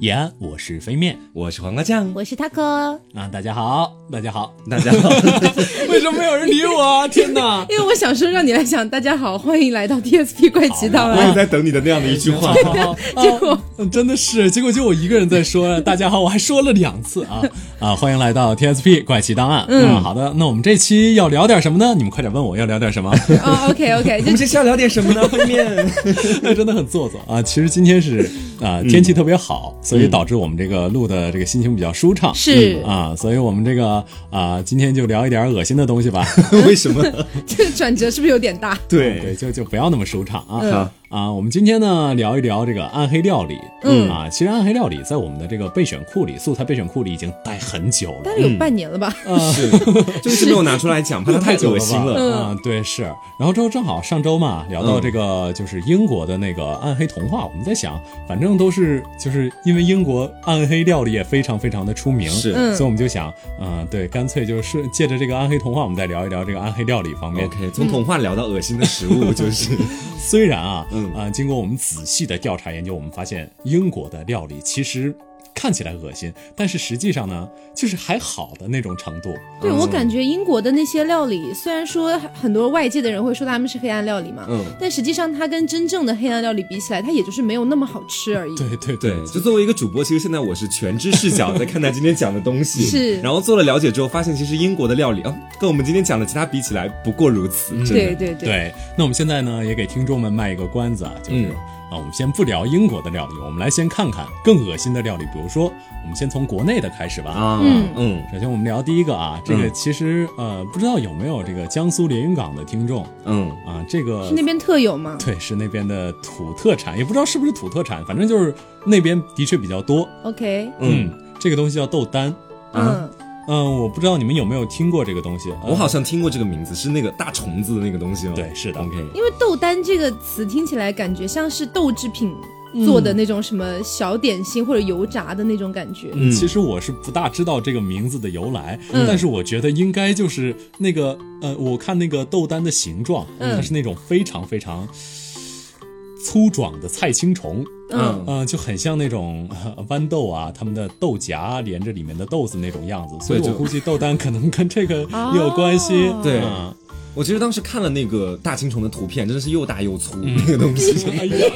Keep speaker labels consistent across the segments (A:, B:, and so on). A: 延安，我是飞面
B: 我是黄瓜酱，
C: 我是 taco，
A: 啊，大家好，大家好，
B: 大家好。
A: 为什么没有人理我 啊？天哪！
C: 因为我想说让你来讲。大家好，欢迎来到 TSP 怪奇档
B: 我也
C: 案。
B: 在等你的那样的一句话。
A: 好，
C: 结果
A: 啊嗯真的是，结果就我一个人在 说。大家好，我还说了两次啊啊！欢迎来到 TSP 怪奇档案。嗯，好的，那我们这期要聊点什么呢？你们快点问我要聊点什么。
C: 哦，OK OK，
B: 我
C: 就
B: 们这是要聊点什么呢？烩面。
A: 那真的很做作啊！其实今天是啊、天气特别好，所以导致我们这个录的这个心情比较舒畅。
C: 是
A: 啊，所以我们这个啊、今天就聊一点恶心的东西吧。
B: 为什么？
C: 这个转折是不是有点 大？
A: 对，
B: 对，
A: 就就不要那么舒畅啊。
B: 好，
A: 啊，我们今天呢聊一聊这个暗黑料理。嗯啊，其实暗黑料理在我们的这个备选库里，素材备选库里已经待很久了
C: 大。概
B: 嗯
C: 有半年了吧？
B: 是，就是没有拿出来讲，怕它 太恶心
A: 吧
B: 了。
A: 嗯，对，是。然后之后正好上周嘛，聊到这
B: 嗯
A: 个就是英国的那个暗黑童话，我们在想，反正都是就是因为英国暗黑料理也非常非常的出名，
B: 是
C: 嗯
A: 所以我们就想，嗯，对，干脆就是借着这个暗黑童话，我们再聊一聊这个暗黑料理方面。
B: OK，从童话聊到恶心的食物，就是
A: 虽然啊，
B: 嗯
A: 啊，经过我们仔细的调查研究，我们发现英国的料理其实看起来恶心，但是实际上呢，就是还好的那种程度。
B: 嗯
C: 对，我感觉英国的那些料理，虽然说很多外界的人会说他们是黑暗料理嘛，
B: 嗯
C: 但实际上它跟真正的黑暗料理比起来，它也就是没有那么好吃而已。
A: 对对对
B: 对，就作为一个主播，其实现在我是全知视角在看待今天讲的东西，
C: 是
B: 然后做了了解之后，发现其实英国的料理啊，跟我们今天讲的其他比起来，不过如此。真的
C: 对对对
A: 对，那我们现在呢，也给听众们卖一个关子啊，就是、
B: 嗯
A: 啊，我们先不聊英国的料理，我们来先看看更恶心的料理，比如说，我们先从国内的开始吧。
B: 啊，
C: 嗯
B: 嗯
A: 首先，我们聊第一个啊，这个
B: 嗯
A: 其实、呃，不知道有没有这个江苏连云港的听众
B: 嗯，
A: 啊，这个
C: 是那边特有吗
A: 对是那边的土特产，也不知道是不是土特产，反正就是那边的确比较多。
C: ？OK，
B: 嗯，
A: 这个东西叫豆丹。
B: 啊
C: 嗯，
A: 嗯，我不知道你们有没有听过这个东西。呃
B: 我好像听过这个名字，是那个大虫子的那个东西吗？
A: 对是的
B: ，OK，
C: 因为豆丹这个词听起来感觉像是豆制品做的那种什么小点心或者油炸的那种感觉。
B: 嗯
A: 其实我是不大知道这个名字的由来，
C: 嗯
A: 但是我觉得应该就是那个呃，我看那个豆丹的形状，
C: 嗯
A: 它是那种非常非常粗壮的菜青虫，
B: 嗯
A: 呃，就很像那种呃豌豆啊，它们的豆荚连着里面的豆子那种样子，所以
B: 对
A: 我
B: 就
A: 估计豆丹可能跟这个也有关系。
C: 哦
B: 对
A: 嗯
B: 我其实当时看了那个大青虫的图片，真的是又大又粗，那个东 西。
A: 哎呀，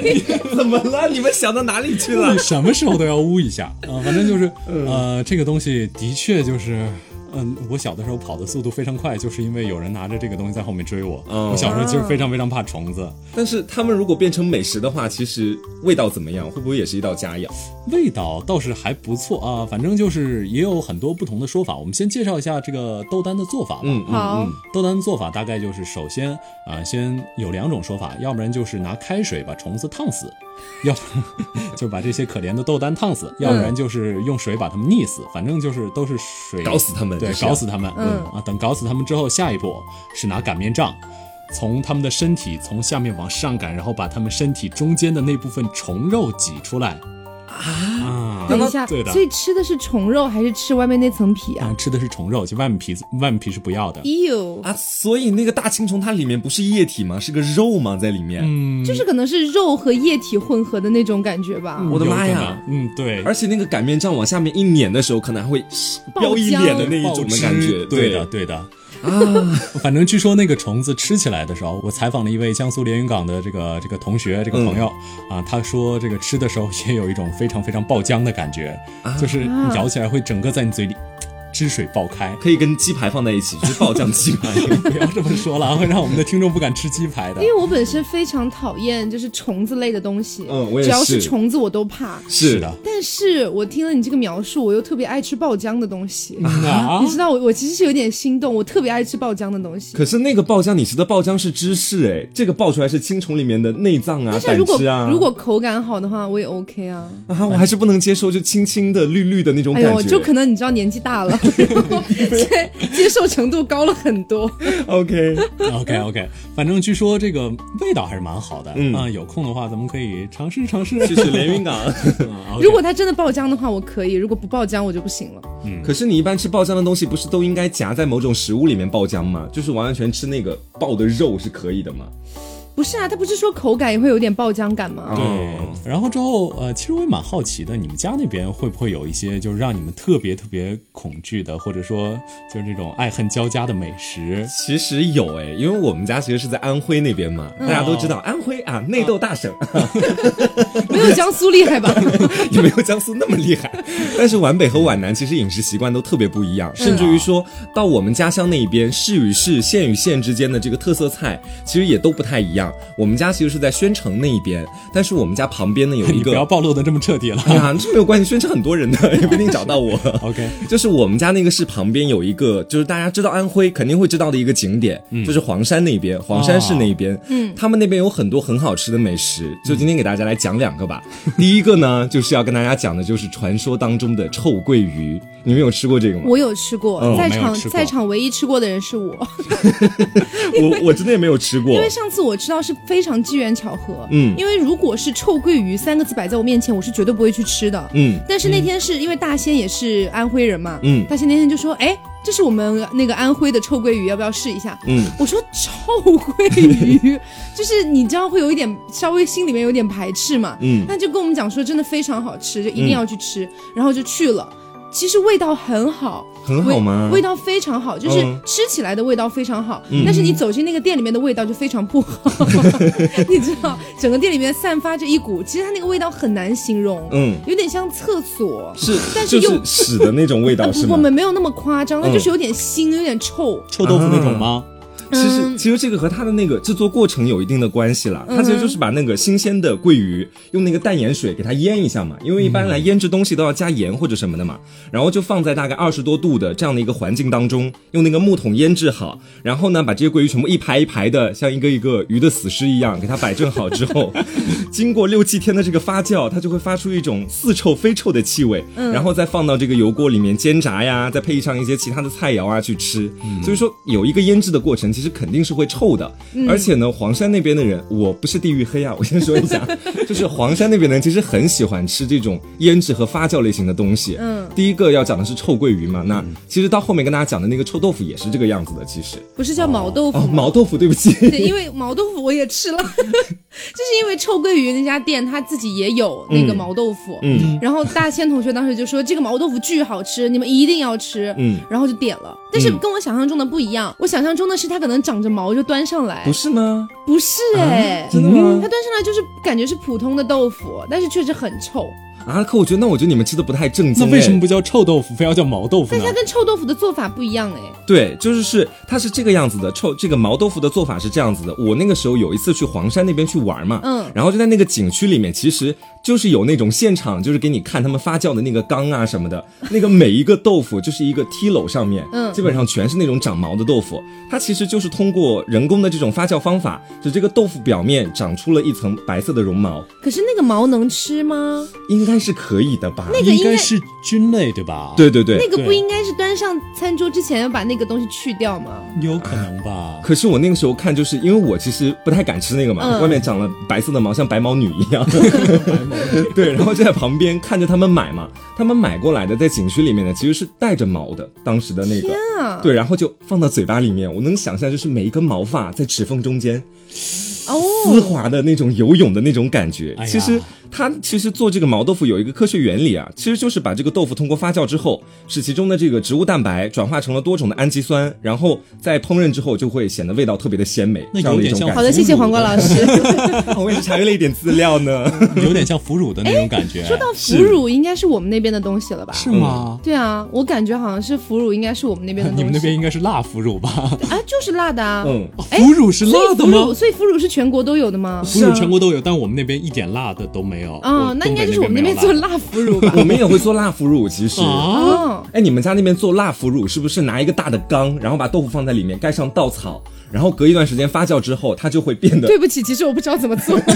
B: 怎么了？你们想到哪里去了
A: 你？什么时候都要污一 下啊、呃反正就是呃，这个东西的确就是。嗯，我小的时候跑的速度非常快，就是因为有人拿着这个东西在后面追我。
B: 哦
A: 我小时候其实非常非常怕虫子，
B: 但是他们如果变成美食的话，其实味道怎么样？会不会也是一道佳肴？
A: 味道倒是还不错啊、反正就是也有很多不同的说法。我们先介绍一下这个豆丹的做法吧。
B: 嗯嗯
C: 好，
A: 豆丹做法大概就是，首先啊、先有两种说法，要不然就是拿开水把虫子烫死， 要就把这些可怜的豆丹烫死，
C: 嗯
A: 要不然就是用水把它们溺死，反正就是都是水
B: 搞死他们
A: 对
B: 就，是
A: 搞死他们，
C: 嗯
A: 啊，等搞死他们之后，下一步是拿擀面杖。从他们的身体从下面往上擀，然后把他们身体中间的那部分虫肉挤出来啊
C: 等一下，
A: 对的
C: 所以吃的是虫肉还是吃外面那层皮啊？
A: 啊！吃的是虫肉，就外面皮子外面皮是不要的。
C: 哟、
B: 啊，所以那个大青虫它里面不是液体吗？是个肉吗？在里面？
A: 嗯
C: 就是可能是肉和液体混合的那种感觉吧。
B: 我的
A: 有
B: 妈
A: 可
B: 呀
A: 能！嗯，对，
B: 而且那个擀面杖往下面一碾的时候，可能还会
C: 爆
B: 飙一
C: 浆
B: 脸的那一种的感觉。
A: 对的，对的。 啊，反正据说那个虫子吃起来的时候，我采访了一位江苏连云港的这个这个同学这个
B: 嗯
A: 朋友、啊，他说这个吃的时候也有一种非常非常爆浆的感觉，
B: 啊
A: 就是咬起来会整个在你嘴里汁水爆开。
B: 可以跟鸡排放在一起，就是爆酱鸡排。
A: 不要这么说了啊，会让我们的听众不敢吃鸡排的
C: 因。为我本身非常讨厌就是虫子类的东西，
B: 嗯我也
C: 只要是
B: 是
C: 虫子我都怕。
A: 是的，
C: 但是我听了你这个描述，我又特别爱吃爆浆的东西。
A: 啊
C: 你知道我我其实是有点心动，我特别爱吃爆浆的东西。
B: 可是那个爆浆，你吃的爆浆是芝士哎，这个爆出来是青虫里面的内脏啊、
C: 但是
B: 胆
C: 如果、
B: 汁啊。
C: 如果口感好的话，我也 OK 啊。
B: 啊， 我还是不能接受，就青青的、绿绿的那种
C: 哎
B: 感觉。
C: 呦，就可能你知道年纪 大了， 然后接接受程度高了很多。
B: OK，
A: OK OK，反正据说这个味道还是蛮好的。
B: 嗯
A: 啊，有空的话咱们可以尝试尝试。
B: 就是连云港。
A: 啊，OK
C: 如果它真的爆浆的话，我可以；如果不爆浆，我就不行了。
B: 可是你一般吃爆浆的东西，不是都应该夹在某种食物里面爆浆吗？就是完完全吃那个爆的肉是可以的吗？
C: 不是啊，他不是说口感也会有点爆浆感吗？
A: 对
B: 哦，
A: 然后之后呃，其实我也蛮好奇的，你们家那边会不会有一些就是让你们特别特别恐惧的，或者说就是那种爱恨交加的美食？
B: 其实有哎，因为我们家其实是在安徽那边嘛，
C: 嗯
B: 大家都知道安徽啊，内斗大省，
C: 没有江苏厉 害吧？
B: 也没有江苏那么厉害。 但是皖北和皖南其实饮食习惯都特别不一样，甚至于说到我们家乡那一边，市与市、县与县之间的这个特色菜，其实也都不太一样。我们家其实是在宣城那一边，但是我们家旁边呢 有一
A: 你不要
B: 个。
A: 暴露的这么彻底了。
B: 哎呀，这没有关系，宣城很多人的，也不一定找到我。
A: OK，
B: 就是我们家那个市旁边有一个，就是大家知道安徽肯定会知道的一个景点，
C: 嗯
B: 就是黄山那边，黄山市那边，
C: 哦
B: 嗯，他们那边有很多很好吃的美食，就今天给大家来讲两 个吧。第一个呢，就是要跟大家讲的就是传说当中的臭鳜鱼，你们有吃过这个吗？
C: 我有吃过，
B: 嗯
C: 在
A: 我没有
C: 场
A: 吃过
C: 在场唯一吃过的人是
B: 哦
C: 我，
B: 我我真的也没有吃过
C: 因为上次我知道是非常机缘巧合。
B: 嗯
C: 因为如果是臭鳜鱼三个字摆在我面前，我是绝对不会去吃的。
B: 嗯
C: 但是那天是因为大仙也是安徽人嘛，
B: 嗯
C: 大仙那天就说，哎，这是我们那个安徽的臭鳜鱼，要不要试一下？
B: 嗯，
C: 我说臭鳜鱼， 就是你知道会有一点稍微心里面有点排斥嘛，
B: 嗯
C: 他就跟我们讲说真的非常好吃，就一定要去吃，然后就去了。其实味道很好，
B: 很好
C: 味
B: 吗
C: 味道非常好，就是
B: 嗯
C: 吃起来的味道非常好，但是你走进那个店里面的味道就非常不好， 你知道，整个店里面散发着一股，其实它那个味道很难形容，
B: 嗯，
C: 有点像厕所，
B: 是，
C: 但是
B: 就
C: 又
B: 是屎的那种味
C: 啊
B: 道是
C: 不，我
B: 吗？
C: 们没有那么夸张，它
B: 嗯
C: 就是有点腥，有点臭，
A: 臭豆腐那种吗？
B: 啊其实，其实这个和它的那个制作过程有一定的关系啦。它其实就是把那个新鲜的桂鱼用那个淡盐水给它腌一下嘛，因为一般来腌制东西都要加盐或者什么的嘛。然后就放在大概二十多度的这样的一个环境当中，用那个木桶腌制好。然后呢，把这些桂鱼全部一排一排的，像一个一个鱼的死尸一样给它摆正好之后，经过六七天的这个发酵，它就会发出一种似臭非臭的气味。然后再放到这个油锅里面煎炸呀，再配上一些其他的菜肴啊去吃。所以说有一个腌制的过程，其实肯定是会臭的。而且呢，黄山那边的人，我不是地域黑啊，我先说一下，就是黄山那边的人其实很喜欢吃这种腌制和发酵类型的东西。
C: 嗯
B: 第一个要讲的是臭鳜鱼嘛，那其实到后面跟大家讲的那个臭豆腐也是这个样子的，其实
C: 不是叫毛豆腐
B: 哦，
C: 吗？
B: 毛豆腐，对不起，
C: 对，因为毛豆腐我也吃了，就是因为臭鳜鱼那家店他自己也有那个毛豆腐，
B: 嗯
C: 然后大仙同学当时就说这个毛豆腐巨好吃，你们一定要吃，
B: 嗯
C: 然后就点了，但是
B: 嗯
C: 跟我想象中的不一样，我想象中的是它可能长着毛就端上来
B: 不，是吗？
C: 不是哎、
B: 真的吗
C: 它端上来就是感觉是普通的豆腐，但是确实很臭，
B: 啊，可我觉得那我觉得你们吃的不太正宗
A: 那
B: 哎。
A: 为什么不叫臭豆腐，非要叫毛豆腐
C: 但
A: 呢
C: 是它？跟臭豆腐的做法不一样哎、
B: 对，就是是它是这个样子的，臭这个毛豆腐的做法是这样子的。我那个时候有一次去黄山那边去玩嘛，
C: 嗯
B: 然后就在那个景区里面，其实就是有那种现场，就是给你看他们发酵的那个缸啊什么的，那个每一个豆腐就是一个梯篓上面，
C: 嗯
B: 基本上全是那种长毛的豆腐，它其实就是通过人工的这种发酵方法，使这个豆腐表面长出了一层白色的绒毛，
C: 可是那个毛能吃吗？
B: 应该是可以的吧？
C: 那个应
A: 应
C: 该
A: 该是菌类对吧？，
B: 对对对，
C: 那个不
A: 对
C: 应该是端上餐桌之前要把那个东西去掉吗？
A: 有可能吧。
B: 可是我那个时候看，就是因为我其实不太敢吃那个嘛，
C: 嗯
B: 外面长了白色的毛，像白毛女一 样。 对，然后就在旁边看着他们买嘛，他们买过来的，在景区里面呢，其实是带着毛的，当时的那个。
C: 啊，
B: 对，然后就放到嘴巴里面，我能想象就是每一根毛发在齿缝中间
C: 哦，
B: 丝滑的那种游泳的那种感觉。
A: 哎呀
B: 其实它其实做这个毛豆腐有一个科学原理啊，其实就是把这个豆腐通过发酵之后，使其中的这个植物蛋白转化成了多种的氨基酸，然后在烹饪之后就会显得味道特别的鲜美，
A: 那
B: 这样
A: 有
B: 的一
A: 点
B: 种
A: 像
B: 感
C: 好
B: 觉。
C: 的，谢谢黄瓜老师。
B: 我也是查阅了一点资料呢。
A: 有点像腐乳的那种感 觉，
C: 说到腐乳，应该是我们那边的东西了吧？
A: 是吗？
C: 对啊，我感觉好像是腐乳，应该是我们 那边的东
A: 你
C: 西。
A: 们那边应该是辣腐乳吧？
C: 啊，就是辣的啊。
B: 嗯，
C: 哎
A: 腐乳是
C: 所以
A: 辣的
C: 腐乳，
A: 吗？
C: 所以腐乳是全国都有的吗？
A: 腐乳全国都有，但我们那边一点辣的都没有。
C: 啊，
A: 我
C: 那应
A: 东
C: 该
A: 北
C: 就是我们那边做
A: 没有
C: 辣腐乳吧
B: ？我们也会做辣腐乳，其实。
A: 啊。
C: 哦，
B: 哎，你们家那边做辣腐乳是不是拿一个大的缸，然后把豆腐放在里面，盖上稻草，然后隔一段时间发酵之后，它就会变得
C: 对不起，其实我不知道怎么做。嗯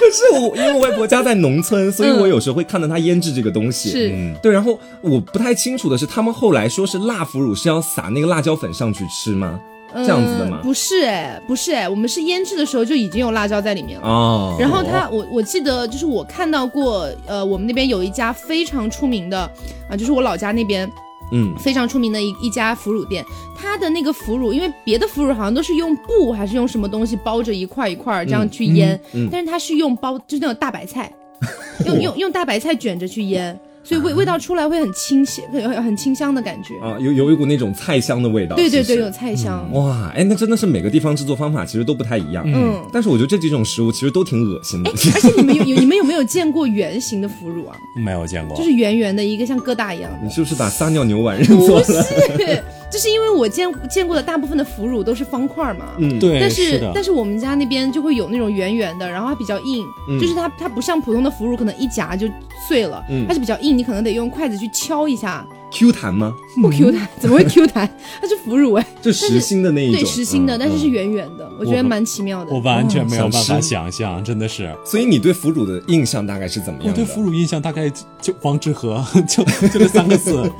B: 可是我因为我外婆家在农村，所以我有时候会看到她腌制这个东西。
C: 是
B: 嗯，对。然后我不太清楚的是，他们后来说是辣腐乳是要撒那个辣椒粉上去吃吗？这样子的
C: 嗯
B: 吗？
C: 不是哎，不是哎，我们是腌制的时候就已经有辣椒在里面了。
B: 哦，
C: 然后他，我我记得就是我看到过，呃，我们那边有一家非常出名的啊、就是我老家那边
B: 嗯
C: 非常出名的一一家腐乳店，它的那个腐乳，因为别的腐乳好像都是用布还是用什么东西包着一块一块儿这样去腌，
B: 嗯嗯
C: 但是它是用包，就是那种大 白菜，用用用大白菜卷着去腌，所以味味道出来会很清香，很很清香的感觉。
B: 啊，有有一股那种菜香的味道。
C: 对对
B: 其
C: 对，
B: 实
C: 有菜香。
B: 哇，哎，那真的是每个地方制作方法其实都不太一样。
C: 嗯哎
B: 但是我觉得这几种食物其实都挺恶心的。
C: 而且你们有有你们有没有见过圆形的腐乳啊？
A: 没有见过，
C: 就是圆圆的一个像疙 瘩一样的。
B: 你是不是把撒尿牛丸认错
C: 不
B: 了？
C: 是，就是因为我见见过的大部分的腐乳都是方块儿嘛。
B: 嗯，
A: 对，
C: 但
A: 是
C: 是
A: 的，
C: 但是我们家那边就会有那种圆圆的，然后它比较硬，就是它它不像普通的腐乳可能一夹就碎了，
B: 嗯
C: 它是比较硬，你可能得用筷子去敲一下，
B: ，Q 弹吗？
C: 不 Q 弹，怎么会 Q 弹？ 它是腐乳哎，
B: 就实心的那嗯一种。
C: 对，实心的，
B: 嗯
C: 但是
B: 嗯
C: 是圆圆的，我觉得蛮奇妙的
A: 我。完全没有办
B: 想
A: 法
B: 吃
A: 想象，真的是。
B: 嗯所以你对腐乳的印象大概是怎么样
A: 我对
B: 的？
A: 腐乳印象大概就就王致和， 就就这三个 字，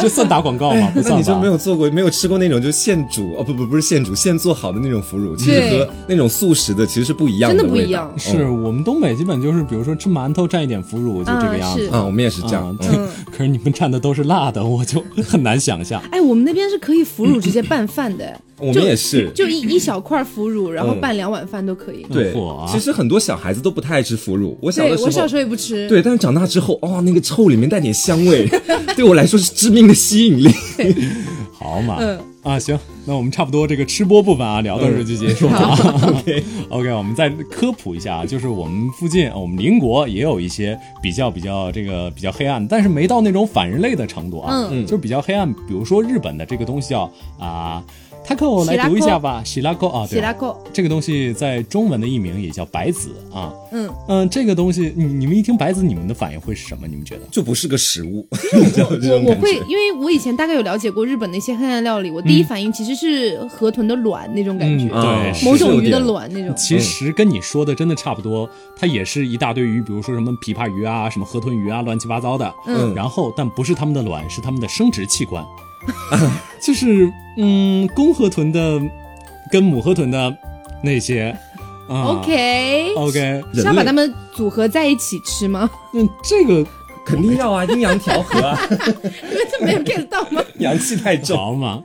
A: 这算打广告吗？不
B: 那
A: 算
B: 你就
A: 吧
B: 没。有做过，没有吃过那种就现煮哦，不不不是现煮，现做好的那种腐乳，其实
C: 对
B: 和那种速食的其实是不一样
C: 真的
B: 味道
C: 不一样
A: 是我们东北基本就是，比如说吃馒头蘸一点腐乳，就这个
C: 嗯
A: 样子
C: 是。
B: 啊，我们也是这样
A: 啊。对 可是你们蘸的都是辣的，我就很难想象。
C: 哎，我们那边是可以腐乳直接拌饭的，哎
B: 嗯我
C: 就
B: 们也是
C: 就一一小块腐乳，然后
B: 嗯
C: 拌两碗饭都可以。
B: 对
A: 火啊，
B: 其实很多小孩子都不太爱吃腐乳。我小
C: 对
B: 的时
C: 我小
B: 候
C: 时。候也不吃，
B: 对，但是长大之后，哦，那个臭里面带点香味， 对我来说是致命的吸引力。
A: 好嘛，
C: 嗯
A: 啊，行，那我们差不多这个吃播部分啊，聊到这儿就结束了啊。OK
C: 嗯
A: OK，我们再科普一下啊，就是我们附近，我们邻国也有一些比较比较这个比较黑暗，但是没到那种反人类的程度啊，
C: 嗯
A: 就是比较黑暗。比如说日本的这个东西叫啊。taco 来读一下吧，喜拉扣啊，
C: 喜
A: 对
C: 拉扣，
A: 这个东西在中文的译名也叫白子啊，
C: 嗯，
A: 嗯，这个东西你你们一听白子，你们的反应会是什么？你们觉得？
B: 就不是个食物，
C: 我
B: 嗯
C: 我会，因为我以前大概有了解过日本的一些黑暗料理，我第
B: 嗯
C: 一反应其实是河豚的卵那种感觉，
A: 嗯
B: 啊
A: 对
C: 某种鱼的
B: 卵。
C: 卵那种。
B: 嗯
A: 其实跟你说的真的差不多，它也是一大堆鱼，比如说什么琵琶鱼啊、什么河豚鱼啊，乱七八糟的。
C: 嗯
A: 然后但不是它们的卵，是它们的生殖器官， 就是嗯，公河豚的跟母河豚的那些。啊
C: OK，
A: OK，
C: 是要把它们组合在一起 吃吗？
A: 那这个
B: 肯定要啊，阴阳调和 啊，
C: 你们这没有 get 到吗？
B: 阳气太重。
A: 好嘛，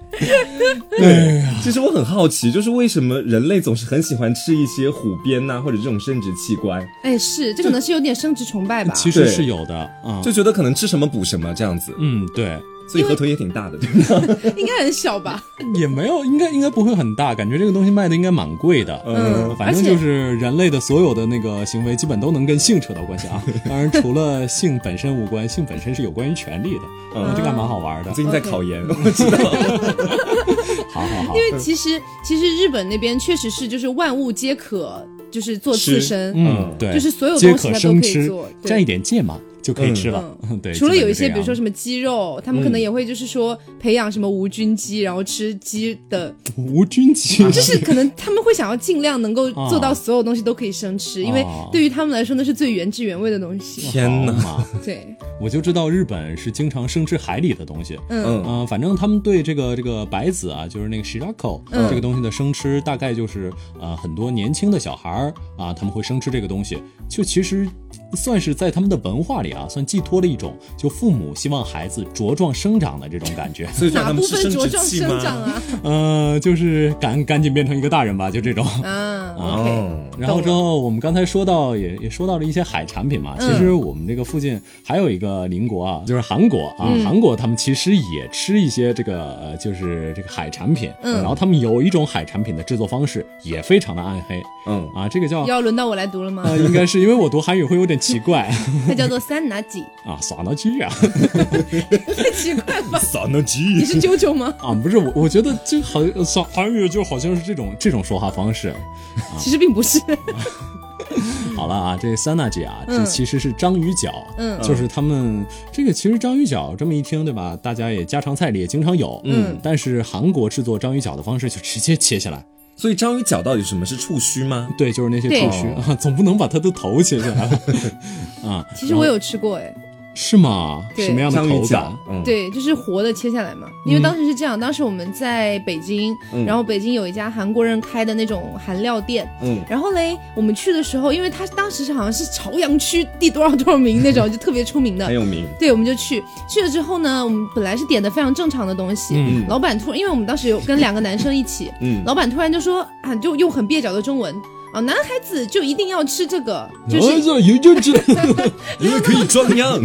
B: 对，其实我很好奇，就是为什么人类总是很喜欢吃一些虎鞭呐、或者这种生殖器官，
C: 哎，是，这可能是有点生殖崇拜吧。
A: 其实
B: 对
A: 是有的啊。
B: 就觉得可能吃什么补什么这样子。
A: 嗯，对，
B: 所以河豚也挺大的，对不对？
C: 应该很小吧？
A: 也没有，应该应该不会很大，感觉这个东西卖的应该蛮贵的。呃
C: 嗯
A: 反正就是人类的所有的那个行为，基本都能跟性扯到关系啊。当然，除了性本身无关，性本身是有关于权利的，
B: 嗯
A: 这个还蛮好玩的。
B: 最近在考研，我知道。
A: 好好好，
C: 因为其实其实日本那边确实是就是万物皆可，就是做刺
B: 吃
C: 身，
A: 嗯，对，
C: 就是所有
A: 皆
C: 东西
A: 可
C: 它都可
A: 生
C: 以
A: 吃
C: 做，对
A: 蘸一点芥末就可以吃了。 对，
C: 除了有一
A: 基本就这
C: 些，
A: 样
C: 比如说什么鸡肉，他们可能也会就是说培养什么无菌鸡，然后吃鸡的，
A: 无菌鸡，
C: 就是可能他们会想要尽量能够做到所有东西都可以生吃，因为
A: 哦
C: 对于他们来说那是最原汁原味的东西。
B: 天
A: 哪
B: 哪！
C: 对，
A: 我就知道日本是经常生吃海里的东西。
C: 嗯，
B: 嗯，。
A: 嗯、反正他们对这个这个白子啊，就是那个 shirako、
C: 嗯
A: 这个东西的生吃，大概就是呃很多年轻的小孩儿啊，他们会生吃这个东西，就其实算是在他们的文化里啊，算寄托了一种就父母希望孩子茁壮生长的这种感觉
B: 所以就让
C: 哪
B: 他
C: 部
B: 们吃
C: 分
B: 生
C: 茁
B: 殖
C: 壮
B: 器
C: 生长
B: 吗？
C: 啊？
A: 呃，就是赶赶紧变成一个大人吧，就这种。
C: 啊，OK，
B: 哦，
A: 然后之后，我们刚才说到也也说到了一些海产品嘛。
C: 嗯
A: 其实我们这个附近还有一个邻国啊，就是韩国啊。
C: 嗯
A: 韩国他们其实也吃一些这个呃，就是这个海产品。
C: 嗯
A: 然后他们有一种海产品的制作方式也非常的暗黑
B: 嗯，
A: 啊，这个叫
C: 要轮到我来读了
B: 哎
C: 吗？
A: 呃，应该是因为我读韩语会有点奇怪
C: 它叫做三拿 几，
A: 啊，耍脑鸡啊
C: 太奇怪吧？
B: 撒能
C: 你
B: 鸡
C: 是啾啾吗？
A: 啊，不是我，我觉得这好像耍韩语就好像是这种这种说话方式。
B: 哦
C: 其实并不是，
A: 好了啊，这三大姐啊，这
C: 嗯
A: 其实是章鱼脚，
C: 嗯
A: 就是他们这个其实章鱼脚这么一听，对吧？大家也家常菜里也经常有，
C: 嗯
A: 但是韩国制作章鱼脚的方式就直接切下来，
B: 所以章鱼脚到底什么是触须吗？
A: 对，就是那些
C: 对
A: 触须啊，总不能把它的头切下来吧啊。
C: 其实我有吃过哎，
A: 是吗？
C: 对
A: 什么样的啊
B: 章鱼
A: 口
B: 脚
A: 感？，
B: 嗯，
C: 对，就是活的切下来嘛。因为当时是这样，当时我们在北京，
B: 嗯
C: 然后北京有一家韩国人开的那种韩料店，
B: 嗯，
C: 然后嘞，我们去的时候，因为他当时是好像是朝阳区第多少多少名 那种，就特别出名的
B: 很。有名，
C: 对，我们就去去了之后呢，我们本来是点的非常正常的东西，
A: 嗯
C: 老板突然，因为我们当时有跟两个男生一起，
B: 嗯，
C: 老板突然就说啊，就用很蹩脚的中文啊，男孩子就一定要吃这
B: 哦
C: 个，就
A: 哎
C: 是
A: 呀，有就知道，
B: 因为可以装样，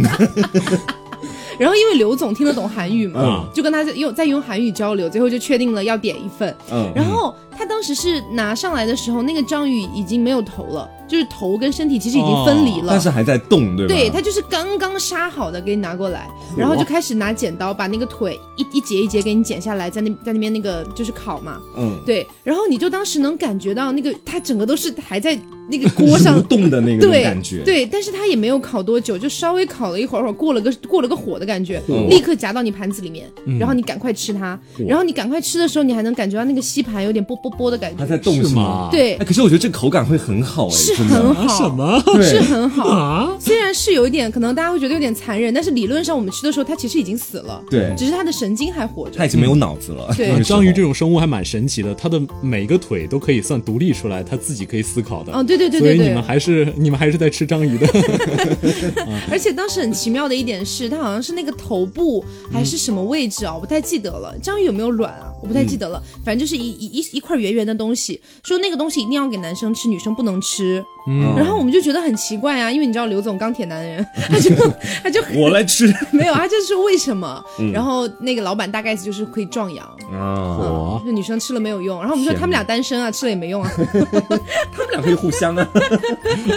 C: 然后因为刘总听得懂韩语嘛
B: 嗯，
C: 就跟他在用在用韩语交流，最后就确定了要点一份。
B: 嗯，
C: 然后他当时是拿上来的时候，那个章鱼已经没有头了，就是头跟身体其实已经分离了。
B: 哦但是还在动，对吧？
C: 对他就是刚刚杀好的给你拿过来，然后就开始拿剪刀把那个腿一一节一节给你剪下来，在那在那边那个就是烤嘛，
B: 嗯，
C: 对，然后你就当时能感觉到那个它整个都是还在那个锅 上
B: 蠕动的那个那种
C: 对
B: 感觉，，
C: 对，但是它也没有烤多久，就稍微烤了一会儿，会儿过了个过了个火的感觉，
B: 嗯
C: 立刻夹到你盘子里面，然后你赶快吃它，然后你赶快吃的时候，你还能感觉到那个吸盘有点啵啵啵的感
B: 它
C: 觉，
B: 在动
A: 是
B: 吗
A: 吗？
C: 对
B: 哎，，可是我觉得这口感会很好，哎，
C: 是
B: 真的
C: 很
A: 啊
C: 好
A: 什 么
C: 是
B: 对，
C: 很好。
A: 啊？
C: 虽然是有一点，可能大家会觉得有点残忍，但是理论上我们吃的时候，它其实已经死了，
B: 对
C: 只是它的神经还活着
B: 它。已经没有脑子了。
C: 对
B: 那
A: 啊
B: 个时候
A: 章鱼这种生物还蛮神奇的，它的每个腿都可以算独立出来，它自己可以思考的。
C: 哦，对对对对
A: 所以你
C: 对
A: 们，还是你们还是在吃章鱼的，
C: 而且当时很奇妙的一点是，它好像是那个头部还是什么位置啊，我不太记得了。章鱼有没有卵啊？我不太记得了，反正就是一一一一块圆圆的东西，说那个东西一定要给男生吃，女生不能吃。
B: 嗯
C: 然后我们就觉得很奇怪啊，因为你知道刘总钢铁男人， 他就他就
B: 我来吃
C: 没有，他就是为什么？然后那个老板大概就是可以壮阳。
B: 啊，
A: 哇
C: 就是女生吃了没有用，然后我们说
B: 天哪
C: 他们俩单身啊，吃了也没用 啊。
B: 他们俩可以互相啊。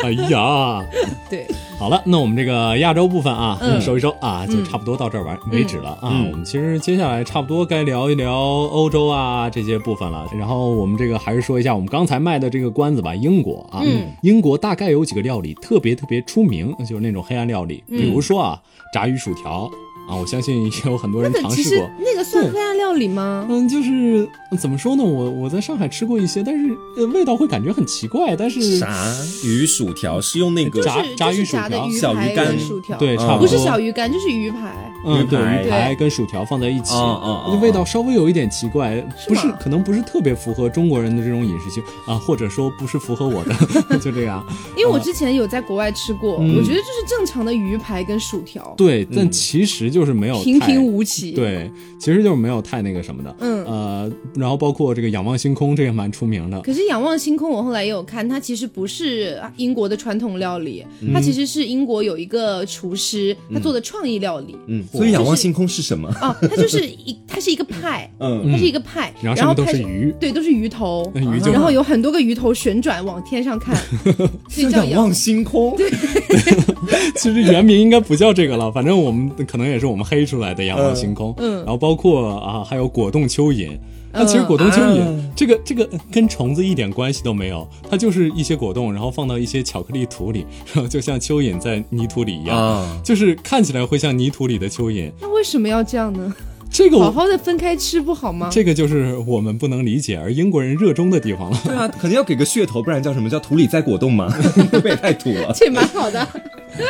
A: 哎呀，
C: 对，
A: 好了，那我们这个亚洲部分啊，
C: 嗯
A: 收一收啊，就差不多到这儿完为止了啊。
B: 嗯
A: 我们其实接下来差不多该聊一聊欧洲啊这些部分了。然后我们这个还是说一下我们刚才卖的这个关子吧，英国啊，
C: 嗯
A: 英国大概有几个料理特别特别出名，就是那种黑暗料理，比如说啊，炸鱼薯条啊，我相信也有很多人
C: 嗯那个
A: 尝
C: 其
A: 试
C: 实
A: 过。
C: 那个算黑暗料理吗？
A: 嗯，就是怎么说呢？我我在上海吃过一些，但是呃味道会感觉很奇怪，但是
B: 炸鱼薯条是用那个
A: 炸
C: 就是
A: 炸
C: 就是
A: 鱼薯
C: 嗯炸的
A: 条
C: 鱼
B: 小鱼
C: 排
B: 干
C: 跟薯条，
A: 对，差
B: 嗯
C: 不
A: 多
C: 是小鱼干就是鱼排。
B: 鱼
A: 嗯，对，
B: 排
A: 鱼排跟薯条放在一起，
B: 哦哦哦
A: 那味道稍微有一点奇怪，
C: 是
A: 不是
C: 吗
A: 可能不是特别符合中国人的这种饮食习惯啊，或者说不是符合我的， 就这样。
C: 因为我之前有在国外吃过，我觉得就是正常的鱼排跟薯条，
A: 嗯对，但其实就是没有
C: 平
A: 太
C: 平无奇。，
A: 对，其实就是没有太那个什么的，
C: 嗯
A: 呃，然后包括这个仰望星空，这个蛮出名的，
C: 可是仰望星空，我后来也有看，它其实不是英国的传统料理，
A: 嗯
C: 它其实是英国有一个厨师他做的创意料理。
B: 嗯，所以仰望星空是什么？
C: 哦，它就是一，它是一个派，
B: 嗯，
C: 它是一个派，
A: 然后
C: 然
A: 上
C: 后
A: 面都
C: 派
A: 是鱼，
C: 对，都是鱼头，嗯
A: 那鱼就
C: 然后有很多个鱼头旋转往天 上看，这叫
B: 仰
C: 仰
B: 望星空。
A: 其实原名应该不叫这个了，反正我们可能也是我们黑出来的仰望星空。
C: 嗯嗯
A: 然后包括啊，还有果冻蚯蚓。那
C: 嗯
A: 其实果冻蚯蚓、
B: 啊
A: 这个这个跟虫子一点关系都没有，它就是一些果冻，然后放到一些巧克力土里，然后就像蚯蚓在泥土里一样，
B: 啊
A: 就是看起来会像泥土里的蚯蚓。
C: 那为什么要这样呢？
A: 这个
C: 好啊
A: 我
C: 好的分开吃不好吗？
A: 这个就是我们不能理解，而英国人热衷的地方了。
B: 对啊，肯定要给个噱头，不然叫什么叫土里栽果冻 嘛？会不会太土了？
C: 这也蛮 好的。
A: 嗯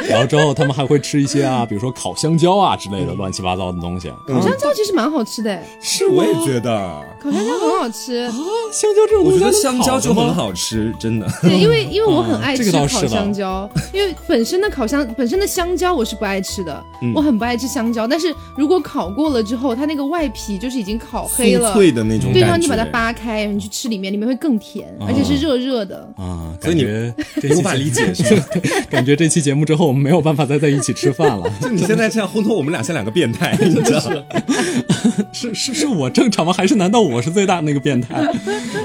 A: 然后之后他们还会吃一些啊，比如说烤香蕉啊之类
B: 嗯
A: 的乱七八糟的东西。啊
C: 烤香蕉其实蛮好吃的，
A: 是
B: 我也
A: 吗
B: 觉得，
C: 烤香蕉很好吃。
A: 啊，香蕉这种
B: 我
A: 东西
B: 觉
A: 还
B: 得
A: 能
B: 香蕉
A: 烤的
B: 就很
A: 吗
B: 好吃，真的。
C: 对，因为因为我很爱
A: 哦这
C: 吃
A: 个
C: 烤
A: 倒是了
C: 香蕉，因为本身的烤香本身的香蕉我是不爱吃的，
A: 嗯
C: 我很不爱吃香蕉。但是如果烤过了之后，它那个外皮就是已经烤黑
B: 酥
C: 了，
B: 脆的那种感觉。
C: 对，然后你把它扒开，然后你去吃里面，里面会更甜，而且是热热的。
A: 啊，
B: 所以
A: 感
B: 你
A: 觉这
B: 无
A: 期
B: 法
A: 节
B: 理解是吧？
A: 感觉这期节目之后，我们没有办法再在一起吃饭 了。
B: 就你现在这样烘托我们俩像两个变 态，你知道吗？
A: 是是是我正常吗？还是难道我是最大的那个变态？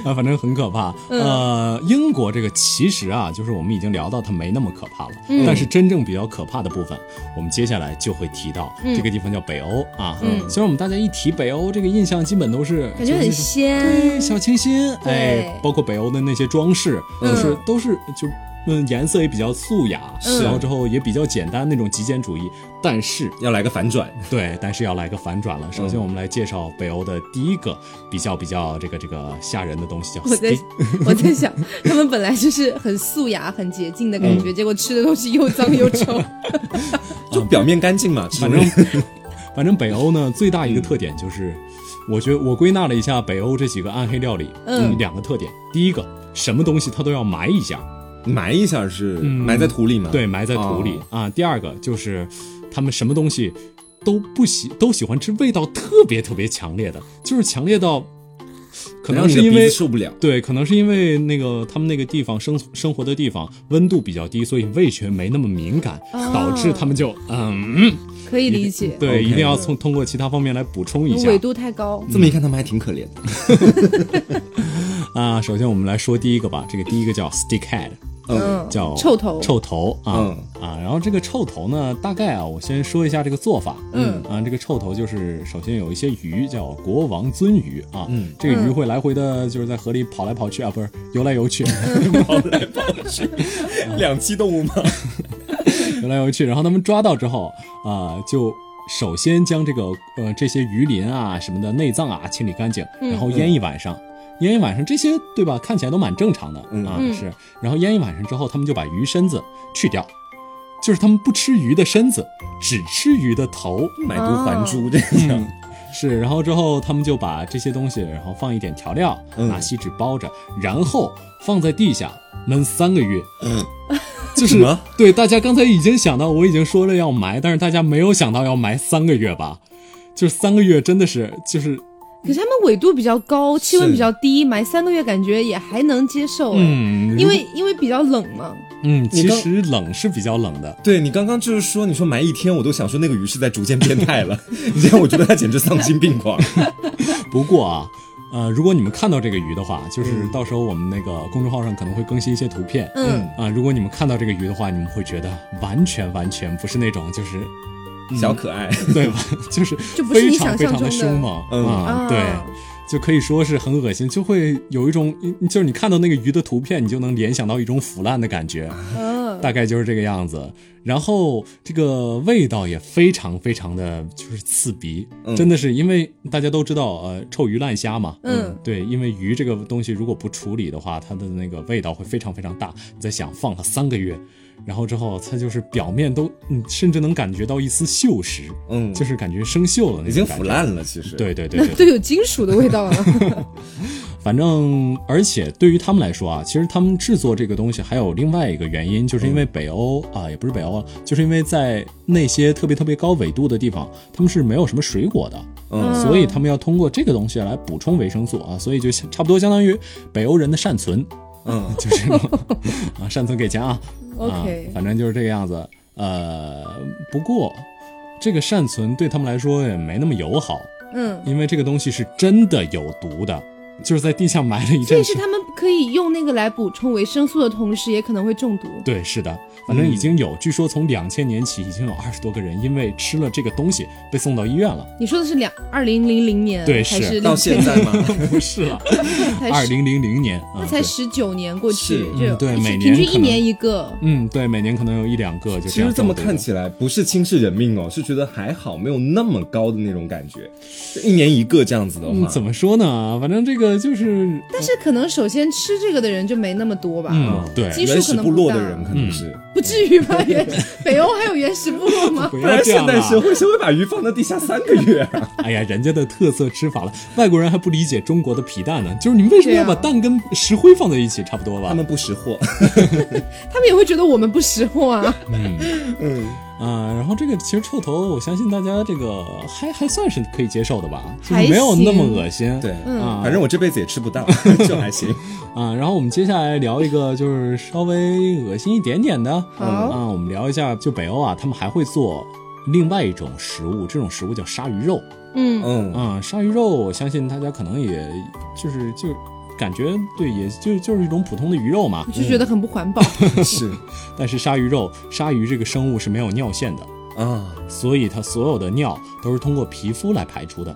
A: 啊，反正很可怕。
C: 嗯
A: 呃，英国这个其实啊，就是我们已经聊到它没那么可怕了，
C: 嗯
A: 但是真正比较可怕的部分，我们接下来就会提到这个地方叫北欧啊。
C: 嗯
A: 虽然我们大家一提北欧，这个印象基本都是
C: 感觉
A: 就是
C: 很
A: 那种
C: 鲜
A: 对，，小清新，
C: 对
A: 哎，包括北欧的那些装饰，
C: 嗯
A: 就是都是就嗯颜色也比较素雅，
C: 嗯
A: 然后之后也比较简单那种极简主义，但 是
B: 要来个反转，
A: 对，但是要来个反转
C: 嗯
A: 了。首先我们来介绍北欧的第一个比较比较这个这个吓人的东西叫
C: 我在
A: steak，
C: 我在想，他们
A: 嗯
C: 本来就是很素雅、很洁净的感觉，结果吃的东西又脏又臭。
B: 就表面干净嘛，这
A: 反
B: 种人
A: 正 反正北欧呢，最大一个特点就是，我觉得我归纳了一下北欧这几个暗黑料理，
C: 嗯
A: 两个特点，第一个，什么东西它都要埋一下，
B: 埋一下是埋在土里嘛，
A: 对，埋在土里、
B: 哦
A: 啊；第二个就是，他们什么东西都不喜，都喜欢吃味道特别特别强烈的，就是强烈到，可能
B: 让你
A: 是
B: 的
A: 因
B: 鼻
A: 为
B: 子受不了。
A: 对，可能是因为那个他们那个地方生生活的地方温度比较低，所以味觉没那么敏感，
C: 哦
A: 导致他们就嗯，
C: 可以理解。
A: 对
B: OK
A: 一定要从通过其他方面来补充一下
C: 纬度太高，
B: 这么一看，他们还挺可怜的
A: 啊。首先我们来说第一个吧，这个第一个叫 stickhead，
C: 嗯，
A: 叫
C: 臭头，
A: 臭头啊、
B: 嗯
A: 啊。然后这个臭头呢，大概啊，我先说一下这个做法。
C: 嗯
A: 啊，这个臭头就是首先有一些鱼叫国王鳟鱼啊，
B: 嗯
A: 这个鱼
C: 嗯
A: 会来回的，就是在河里跑来跑去啊，不是游来游去，
B: 跑来跑去，两栖动物嘛。
A: 游来游去。然后他们抓到之后啊、就。首先将这个呃这些鱼鳞啊什么的内脏啊清理干净，然后腌一晚上，腌一晚上这些对吧？看起来都蛮正常的、
B: 嗯
A: 啊
C: 嗯
A: 是。然后腌一晚上之后，他们就把鱼身子去掉，就是他们不吃鱼的身子，只吃鱼的头。
B: 买椟还珠这样，
A: 是，然后之后他们就把这些东西，然后放一点调料，
B: 嗯
A: 拿锡纸包着，然后放在地下闷三个月。
B: 嗯，
A: 就
B: 什
A: 是
B: 么
A: 对大家刚才已经想到，我已经说了要埋，但是大家没有想到要埋三个月吧？就是三个月真的是就是
C: 可是他们纬度比较高，气温
B: 是
C: 比较低，埋三个月感觉也还能接受哎，
A: 嗯，
C: 因为因为比较冷嘛。
A: 嗯，
B: 你
A: 其
B: 刚
A: 实冷是比较冷的。
B: 对你刚刚就是说，你说埋一天，我都想说那个鱼是在逐渐变态了。 你这样，我觉得它简直丧心病狂。
A: 不过啊，呃，如果你们看到这个鱼的话，就是
B: 嗯
A: 到时候我们那个公众号上可能会更新一些图片。
C: 嗯，
A: 啊、如果你们看到这个鱼的话，你们会觉得完全完全不是那种就是嗯
B: 小可爱，
A: 对吧？就是
C: 就不是
A: 非
C: 你
A: 常
C: 想
A: 非
C: 象
A: 常的
C: 中的
A: 凶猛
B: 嗯
A: 啊，对，就可以说是很恶心，就会有一种嗯就是你看到那个鱼的图片，你就能联想到一种腐烂的感觉，
C: 嗯，
A: 大概就是这个样子。然后这个味道也非常非常的就是刺鼻，
B: 嗯
A: 真的是因为大家都知道呃臭鱼烂虾嘛，
C: 嗯
A: 对，因为鱼这个东西如果不处理的话，它的那个味道会非常非常大。你在想放了三个月，然后之后它就是表面都，你甚至能感觉到一丝锈蚀，
B: 嗯
A: 就是感觉生锈了那
B: 已经
A: 种感觉
B: 腐。烂了，其实。，
A: 对对对
C: 那
A: 对，
C: 嗯都有金属的味道了。
A: 反正而且对于他们来说啊，其实他们制作这个东西还有另外一个原因，就是因为北欧啊、也不是北欧啊，就是因为在那些特别特别高纬度的地方，他们是没有什么水果的。
B: 嗯
A: 所以他们要通过这个东西来补充维生素啊，所以就相差不多相当于北欧人的善存，
B: 嗯，
A: 就是啊，善存给钱啊，啊
C: OK，嗯
A: 反正就是这个样子。呃，不过这个善存对他们来说也没那么友好，
C: 嗯，
A: 因为这个东西是真的有毒的，就是在地下埋了一
C: 所
A: 阵
C: 以是
A: 子。
C: 他们可以用那个来补充维生素的同时，也可能会中毒。
A: 对，是的，反正已经有，据说从两千年起已经有二十多个人因为吃了这个东西被送到医院了，
C: 你说的是两二零零零年，
A: 对
C: 还
A: 是
C: 是
B: 到现在嘛，
A: 不是了，
C: 才
A: 二
C: 十，
A: 零零零年啊，
C: 那才
A: 对
C: 十九年过去
B: 是，
A: 嗯
C: 就
A: 对
C: 一直
A: 每
C: 平
A: 年
C: 均
A: 可
C: 一
A: 能
C: 年一个。
A: 嗯，对，每年可能有一两个就
B: 其实这
A: 中
B: 么
A: 毒的
B: 看起来不是轻视人命哦，是觉得还好，没有那么高的那种感觉。就一年一个这样子的
A: 嗯，
B: 话，
A: 怎么说呢？反正这个就是，
C: 但是可能首先吃这个的人就没那么多吧，
A: 嗯，对，
C: 基数
B: 原
C: 可
B: 始
C: 能
B: 部
C: 不
B: 落
C: 大
B: 的人可能是，
A: 嗯
C: 不至于吧？原始 北欧还有原始部落吗？
A: 不
B: 不然
A: 要这
B: 现
A: 样啊
B: 代社
A: 了。
B: 会谁会把鱼放到地下三个月啊？
A: 哎呀，人家的特色吃法了，外国人还不理解中国的皮蛋呢。就是你为什么要把
C: 对啊
A: 蛋跟石灰放在一起，差不多吧？
B: 他们不识货，
C: 他们也会觉得我们不识货啊。
B: 嗯，
A: 啊，然后这个其实臭头，我相信大家这个还还算是可以接受的吧，就是
C: 还
A: 没有那么
C: 行
A: 恶心。
B: 对，
C: 嗯
B: 嗯
A: 啊，
B: 反正我这辈子也吃 不到，就还行。
A: 啊，然后我们接下来聊一个就是稍微恶心一点点的，
C: 好
A: 啊，我们聊一下就北欧啊，他们还会做另外一种食物，这种食物叫鲨鱼肉。
C: 嗯，
B: 嗯，
A: 啊、鲨鱼肉，我相信大家可能也就是就感觉对，也就就是一种普通的鱼肉 嘛。
C: 就觉得很不 环保。
B: 是
A: 但是鲨鱼肉，鲨鱼这个生物是没有尿腺的，
B: 啊，
A: 所以它所有的尿都是通过皮肤来排出的，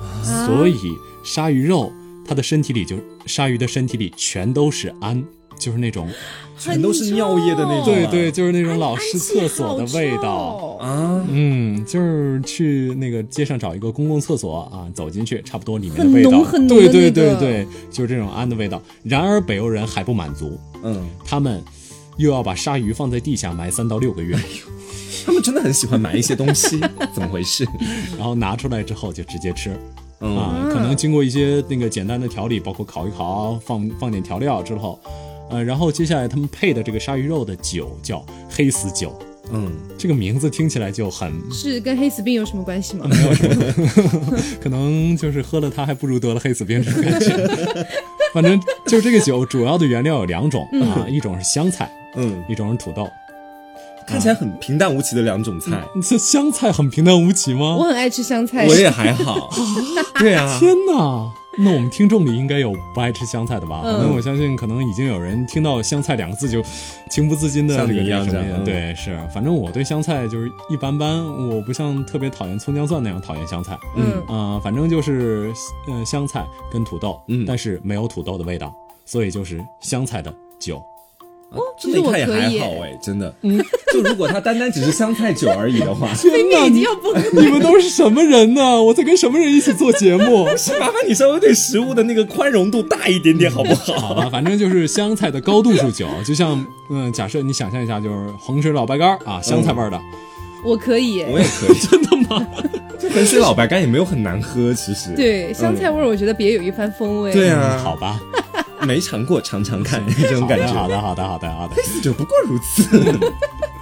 C: 啊
A: 所以鲨鱼肉它的身体里就鲨鱼的身体里全都是氨。就是那种，
B: 全都是尿液的那种
A: 对
B: 啊
A: 对，就是那种
C: 安
A: 老
C: 哎安
A: 式
C: 琪
A: 厕所的
C: 好
A: 味道。
C: 臭
B: 啊，
A: 嗯，就是去那个街上找一个公共厕所啊，走进去，差不多里面的
C: 很
A: 味道，
C: 浓很浓
A: 对
C: 的
A: 对
C: 那
A: 对
C: 个
A: 对，就是这种氨的味道。然而北欧人还不满足，
B: 嗯，
C: 哎
A: 他们又要把鲨鱼放在地下埋三到六个月。
B: 他们真的很喜欢买一些东西，怎么回事？
A: 然后拿出来之后就直接吃。啊，可能经过一些那个简单的调理，包括烤一烤，放放点调料之后，呃，然后接下来他们配的这个鲨鱼肉的酒叫黑死酒，
B: 嗯，
A: 这个名字听起来就很
C: 是跟黑死病有什么关系吗？
A: 没有什么，可能就是喝了它还不如得了黑死病这种感觉。 反正就这个酒主要的原料有两种啊，一种是香菜，
B: 嗯，
A: 一种是土豆。
B: 看起来很平淡无奇的两种菜，
A: 这香菜很平淡无奇
C: 我
A: 吗？
C: 很爱吃香菜，
B: 我也还好。对啊，
A: 天哪！那我们听众里应该有不爱吃香菜的吧？可能我相信，可能已经有人听到“香菜”两个字就情不自禁的
B: 像你
A: 那个
B: 一样
A: 什么
B: 这样
A: 呀
B: 嗯
A: 对，是，反正我对香菜就是一般般，我不像特别讨厌葱姜蒜那样讨厌香菜。
C: 嗯，
A: 啊、反正就是呃香菜跟土豆，
B: 嗯
A: 但是没有土豆的味道，所以就是香菜的酒。
B: 这
C: 其实
B: 么一
C: 我
B: 看也
C: 可
B: 还
C: 以
B: 好哎，真的。嗯，就如果它单单只是香菜酒而已的话，
A: 天
C: 面已经要崩溃
A: 哎你们都是什么人呢、我在跟什么人一起做节目？
B: 是麻烦你稍微对食物的那个宽容度大一点点，好不 好？
A: 好吧，反正就是香菜的高度数酒，就像嗯、假设你想象一下，就是衡水老白干儿啊，香菜味儿的，
B: 嗯
C: 我可以耶。
B: 我也可以，真的吗？就衡水老白干也没有很难喝，其实。
C: 对，香菜味儿我觉得别有一番风味。
B: 对
A: 嗯
B: 啊，
A: 好吧，
B: 没尝过尝尝看这种感
A: 好
B: 觉，
A: 的，好的，好的，好的，好的，
B: 就不过如此。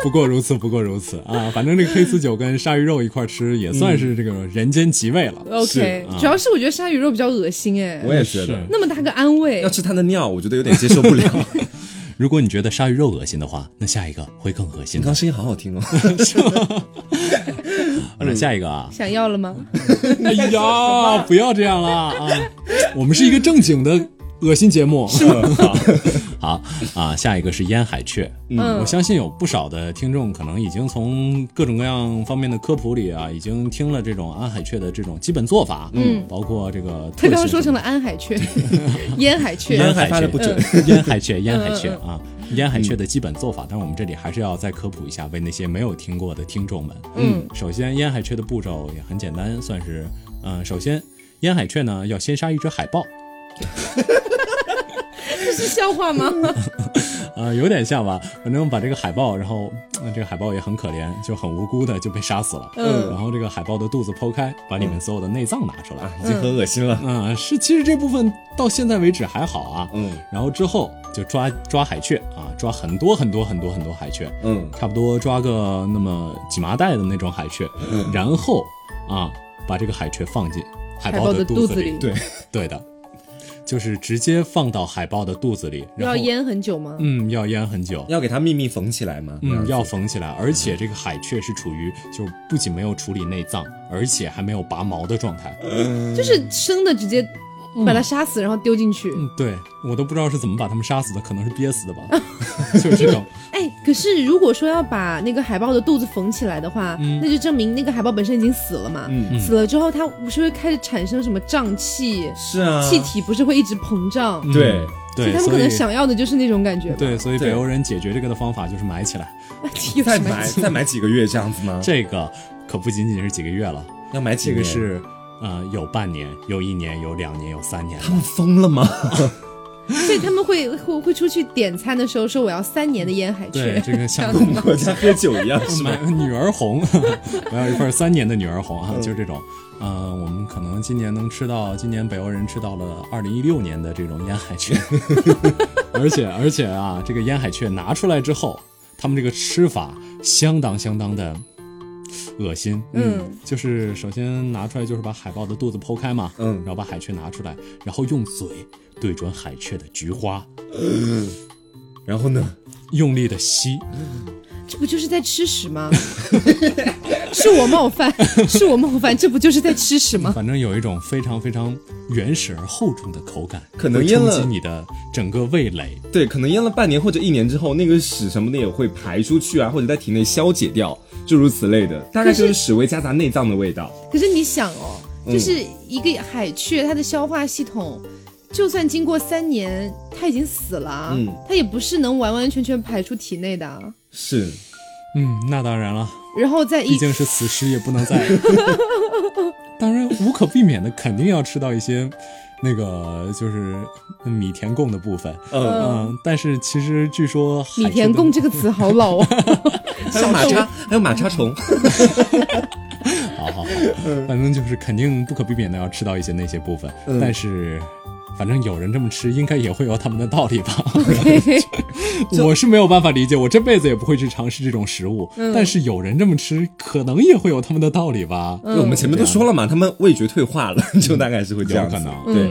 A: 不过如此，不过如此啊，反正这个黑丝酒跟鲨鱼肉一块儿吃，也算是这个人间极味了。
C: ，OK，主
A: 啊
C: 要是我觉得鲨鱼肉比较恶心哎，
B: 我也觉得
A: 是，
C: 那么大个安慰
B: 要，吃它的尿，我觉得有点接受不了。
A: 如果你觉得鲨鱼肉恶心的话，那下一个会更恶心
B: 你
A: 的
B: 刚。声音好好听哦，
A: 好了，下一个啊，
C: 想要 了吗？
A: 哎呀，不要这样了啊！我们是一个正经的恶心节目。 好啊，下一个是烟海雀。
C: 嗯
A: 我相信有不少的听众可能已经从各种各样方面的科普里啊，已经听了这种安海雀的这种基本做法，嗯，包括这个
C: 他
A: 特
C: 刚
A: 性
C: 刚
A: 什么
C: 说
A: 的。
C: 成了安 海雀、烟海雀，
A: 烟
B: 烟
A: 海
B: 海
A: 雀
B: 发的不准，
A: 烟海雀，烟海
C: 嗯
A: 雀啊，烟海雀的基本做法，但是我们这里还是要再科普一下，为那些没有听过的听众们。
C: 嗯，
A: 首先烟海雀的步骤也很简单，算是，嗯、首先烟海雀呢要先杀一只海豹，
C: 这是笑话吗？
A: 啊，有点像吧，反正把这个海豹，然后、呃这个海豹也很可怜，就很无辜的就被杀死了。
C: 嗯
A: 然后这个海豹的肚子剖开，把里面所有的内脏拿出来。
B: 已经很恶心了。
A: 啊、是，其实这部分到现在为止还好啊。
B: 嗯
A: 然后之后就抓抓海雀啊，抓很多很多很多很多海雀，
B: 嗯，
A: 差不多抓个那么几麻袋的那种海雀，
C: 嗯
A: 然后啊，把这个海雀放进海
C: 海
A: 豹
C: 豹的
A: 肚
C: 肚
A: 子
C: 子里，
B: 对
A: 对 的，就是直接放到海豹的肚子里，然
C: 要
A: 后
C: 腌很久吗？
A: 嗯，要腌很久。
B: 要给它密密缝起来吗？
A: 嗯，要缝起来，而
C: 嗯
A: 且这个海雀是处于就是不仅没有处理内脏，而且还没有拔毛的状 态。
C: 就是生的直接把它杀死，然后丢进去。
A: 嗯，对我都不知道是怎么把它们杀死的，可能是憋死的 吧，就是这种。
C: 哎，可是如果说要把那个海豹的肚子缝起来的话，
A: 嗯
C: 那就证明那个海豹本身已经死了嘛。死了之后，它不是会开始产生什么胀气？
B: 是啊，嗯
C: 气体不是会一直膨胀？
B: 对
C: 所以
A: 嗯对，
C: 他们
A: 所
C: 可
A: 以
C: 能想要的就是那种感觉吧。
A: 对，所以
B: 对
A: 北欧人解决这个的方法就是埋起来，
C: 有
B: 再
C: 什么
B: 买
C: 劲
B: 再买几个月这样子吗？
A: 这个可不仅仅是几个月了，
B: 要买
A: 这
B: 几
A: 个
B: 个
A: 是呃有半年，有一年，有两年，有三年的。
B: 他们疯了吗？
C: 所以他们会会会出去点餐的时候说我要三年的烟海
A: 对
C: 雀，
A: 这个像
C: 样
B: 跟我家喝酒一样是
A: 买
B: 吗？
A: 女儿红，我要一块三年的女儿红啊，
B: 嗯
A: 就是这种。呃，我们可能今年能吃到，今年北欧人吃到了二零一六年的这种烟海雀， 而且而且啊，这个烟海雀拿出来之后，他们这个吃法相当相当的恶心。
C: 嗯，
A: 就是首先拿出来就是把海豹的肚子剖开嘛，
B: 嗯
A: 然后把海雀拿出来，然后用嘴对准海雀的菊花，
B: 然后呢？
A: 用力的吸。
C: 这不就是在吃屎吗？ 是我冒犯，是我冒犯，这不就是在吃屎吗？
A: 反正有一种非常非常原始而厚重的口感，
B: 可能
A: 会
B: 腌
A: 冲
B: 了
A: 击你的整个味蕾。
B: 对，可能腌了半年或者一年之后，那个屎什么的也会排出去啊，或者在体内消解掉，诸如此类的，大概就是屎味夹杂内脏的味道。
C: 可是你想哦，
A: 嗯
C: 就是一个海雀，它的消化系统，就算经过三年，它已经死了啊，
B: 嗯
C: 它也不是能完完全全排出体内的啊。
B: 是，
A: 嗯，那当然了，
C: 然后再
A: 毕
C: 一
A: 竟是死 尸，也不能再。当然，无可避免的，肯定要吃到一些那个就是米田共的部分。
B: 嗯，
A: 嗯，但是其实据说海
C: 米
A: 参
C: 田
A: 的
C: 共这个词好老 哦，
B: 还有马叉，还有马叉虫，
A: 好好好，反正就是肯定不可避免的要吃到一些那些部分，
B: 嗯
A: 但是。反正有人这么吃，应该也会有他们的道理吧？ 我是没有办法理解，我这辈子也不会去尝试这种食物。但是有人这么吃，可能也会有他们的道理吧？
B: 对哎我们前面都说了嘛，他们味觉退化了， 就大概是会这样子
A: 有可能
B: 对，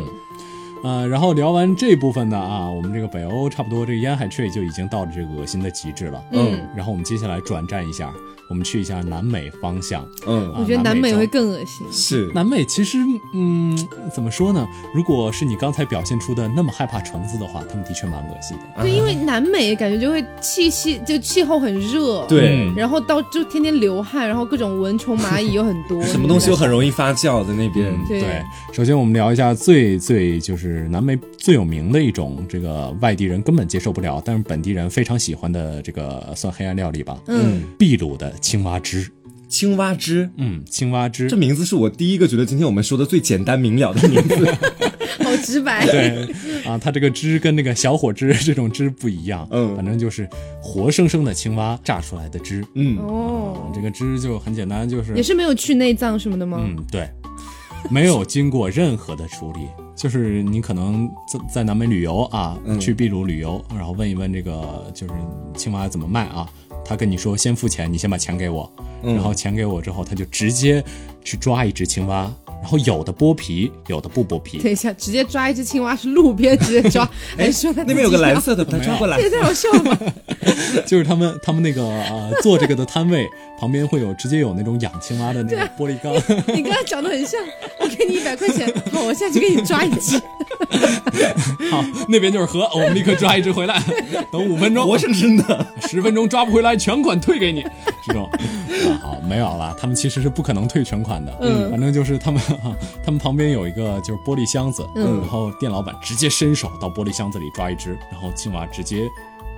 A: 呃，然后聊完这部分呢，啊，我们这个北欧差不多这个烟海雀就已经到了这个恶心的极致了。
C: 嗯，
A: 然后我们接下来转战一下，我们去一下南美方向。
B: 嗯，
A: 啊
C: 我觉得南
A: 美
C: 美
A: 洲
C: 会更恶心。
B: 是，
A: 南美其实，嗯，怎么说呢？如果是你刚才表现出的那么害怕虫子的话，他们的确蛮恶心的。
C: 对，因为南美感觉就会气气就气候很热，
B: 对
A: 嗯，
C: 然后到就天天流汗，然后各种蚊虫蚂蚁又很多，
B: 什么东西又很容易发酵在那边，
C: 对
A: 嗯首先我们聊一下最最就是南美最有名的一种这个外地人根本接受不了，但是本地人非常喜欢的这个算黑暗料理吧，
C: 嗯，
A: 秘鲁的青蛙汁。
B: 青蛙汁。
A: 嗯，青蛙汁
B: 这。名字是我第一个觉得今天我们说的最简单明了的名 字，
C: 好直白。
A: 对啊，它这个汁跟那个小火汁这种汁不一样，
B: 嗯
A: 反正就是活生生的青蛙榨出来的汁。
B: 嗯，
A: 啊
C: 哦，
A: 这个汁就很简单，就是
C: 也是没有去内脏什么的吗？
A: 嗯，对，没有经过任何的处理， 就是你可能在在南美旅游啊，去秘鲁旅游，然后问一问这个就是青蛙怎么卖啊，他跟你说先付钱，你先把钱给我，然后钱给我之后，他就直接去抓一只青蛙，然后有的剥皮，有的不剥
C: 等
A: 皮。
C: 一下，直接抓一只青蛙是路边 直接抓，还说它
B: 哎那边有个
C: 自己
B: 蓝
C: 要，
B: 色的，把它抓过来
C: 这。也太好笑了吧！
A: 就是他们他们那个呃做这个的摊位 旁边会有直接有那种养青蛙的那个玻璃缸，
C: 你跟它长得很像，我给你一百块钱，好，我下去给你抓一 只。
A: 好那边就是河，我们立刻抓一只回来，等五分钟，
B: 活生生的，
A: 十分钟抓不回来，全款退给你， 这种。啊，好，没有了，他们其实是不可能退全款的。
C: 嗯
A: 反正就是他们， 啊他们旁边有一个就是玻璃箱子，
C: 嗯
A: 然后店老板直接伸手到玻璃箱子里抓一只，然后青蛙直接，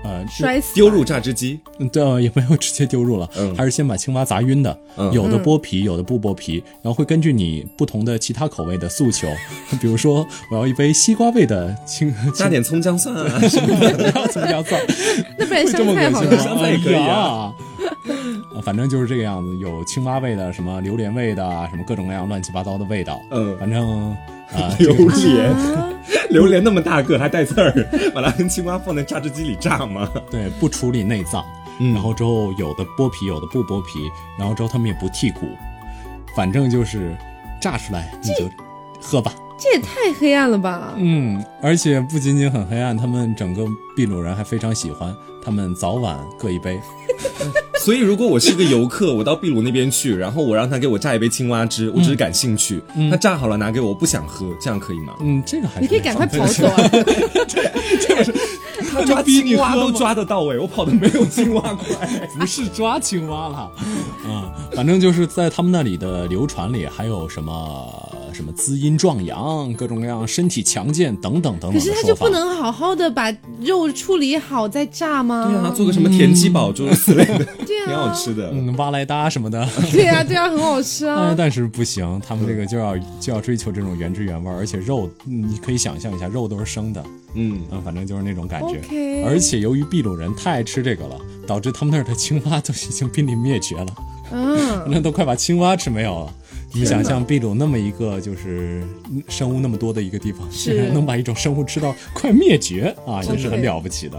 A: 呃，就
C: 摔死
B: 丢入榨汁机，
A: 嗯，对、啊，也没有直接丢入了，
B: 嗯
A: 还是先把青蛙砸晕的。
B: 嗯
A: 有的剥皮，有的不剥皮，然后会根据你不同的其他口味的诉求， 比如说我要一杯西瓜味的青
B: 加
A: 青
B: 点葱姜蒜啊，
A: 蛙怎么样算？
C: 那不然
A: 会这
C: 哎香
A: 么恶
C: 菜
A: 心
C: 好
A: 吗？
C: 了。
B: 香菜也可以
A: 啊
B: 啊。
A: 啊反正就是这个样子，有青蛙味的，什么榴莲味的啊，什么各种各样乱七八糟的味道。
B: 嗯，
A: 反正啊
B: 榴莲，
C: 啊
B: 榴莲那么大个还带刺儿，把它跟青蛙放在榨汁机里榨吗？
A: 对，不处理内脏，
B: 嗯
A: 然后之后有的剥皮，有的不剥皮，然后之后他们也不剔骨，反正就是炸出来你就喝吧。
C: 这也太黑暗了吧！
A: 嗯，而且不仅仅很黑暗，他们整个秘鲁人还非常喜欢，他们早晚各一杯。
B: 所以，如果我是一个游客，我到秘鲁那边去，然后我让他给我榨一杯青蛙汁，我只是感兴趣，他榨好了拿给我，我不想喝，这样可以吗？
A: 嗯，这个还是
C: 你可以赶快
A: 非
C: 跑
A: 常
C: 走 啊！
B: 他抓
A: 逼你
B: 青蛙
A: 喝
B: 都
A: 吗
B: 抓得到哎位，我跑的没有青蛙快。
A: 不哎是抓青蛙了， 啊、反正就是在他们那里的流传里，还有什么什么滋阴壮阳、各种各样身体强健等等等等
C: 可
A: 的
C: 是
A: 说法。
C: 它就不能好好的把肉处理好再炸吗？
B: 对啊，做个什么田鸡煲诸如此类 的，
C: 对啊
B: 挺好吃的。
A: 嗯挖来搭什么的，
C: 对啊，对啊，很好吃
A: 哎
C: 啊！
A: 但是不行，他们这个就要就要追求这种原汁原味儿，而且肉嗯你可以想象一下，肉都是生的，
B: 嗯，
A: 嗯，反正就是那种感觉。
C: OK
A: 而且由于秘鲁人太爱吃这个了，导致他们那儿的青蛙都已经濒临灭绝了。
C: 嗯，
A: 那都快把青蛙吃没有了。你们想象秘鲁那么一个就是生物那么多的一个地方，
C: 是
A: 竟然 能把一种生物吃到快灭绝啊，也是很
C: OK
A: 了不起的。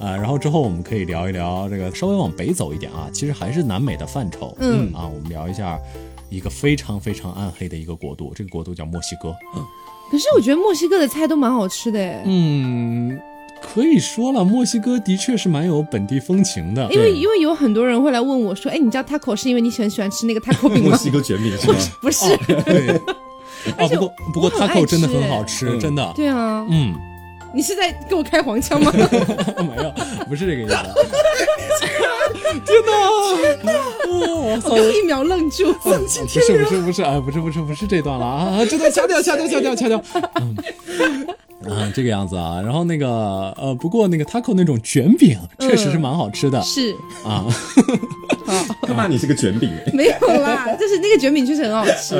A: 啊，然后之后我们可以聊一聊这个，稍微往北走一点啊，其实还是南美的范畴。
C: 嗯
A: 啊，我们聊一下一个非常非常暗黑的一个国度，这个国度叫墨西哥。
C: 可是我觉得墨西哥的菜都蛮好吃的哎。
A: 嗯，可以说了，墨西哥的确是蛮有本地风情的。
C: 因为因为有很多人会来问我说，哎，你知道 taco 是因为你很喜欢吃那个 taco 饼
B: 墨
C: 吗？
B: 西哥卷饼是 吗？
C: 不是，
A: 哦对，啊，不过不过
C: 我很爱
A: taco 真的
C: 吃
A: 很
C: 哎
A: 好吃，
B: 嗯
A: 真的。
C: 对啊，
A: 嗯。
C: 你是在给我开黄 腔吗？
A: 没有， 不是这个意思。天哪！哦天
C: 我又一秒愣住，
A: 嗯不是不是不是啊，不是不是不是这段了啊！这段掐掉掐掉掐掉掐掉。嗯啊，这个样子啊，然后那个呃，不过那个 taco 那种卷饼确实是蛮好吃的
C: 是
A: 啊。
B: 他骂你是个卷饼，
C: 没有啦，就是那个卷饼确实很好吃。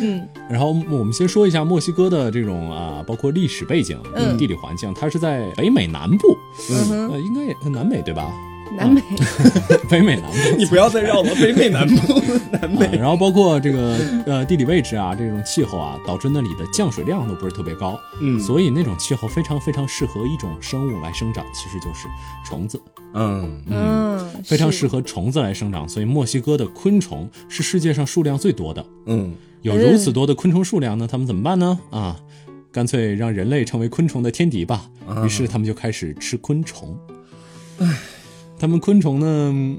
C: 嗯，
A: 然后我们先说一下墨西哥的这种啊，包括历史背景、
C: 嗯
A: 地理环境，它是在北美南部，
C: 嗯哼
A: 呃，应该也南美对吧？
C: 南美，
A: 嗯北美南部。
B: 你不要再绕了，北美南部，南
A: 啊
B: 美，
A: 然后包括这个呃地理位置啊，这种气候啊，导致那里的降水量都不是特别高，
B: 嗯
A: 所以那种气候非常非常适合一种生物来生长，其实就是虫子，
B: 嗯，
C: 嗯，
A: 非常
C: 是
A: 适合虫子来生长。所以墨西哥的昆虫是世界上数量最多的，
B: 嗯，
A: 有如此多的昆虫数量呢，他们怎么办呢？啊，干脆让人类成为昆虫的天敌吧。于是他们就开始吃昆虫。唉，他们昆虫呢，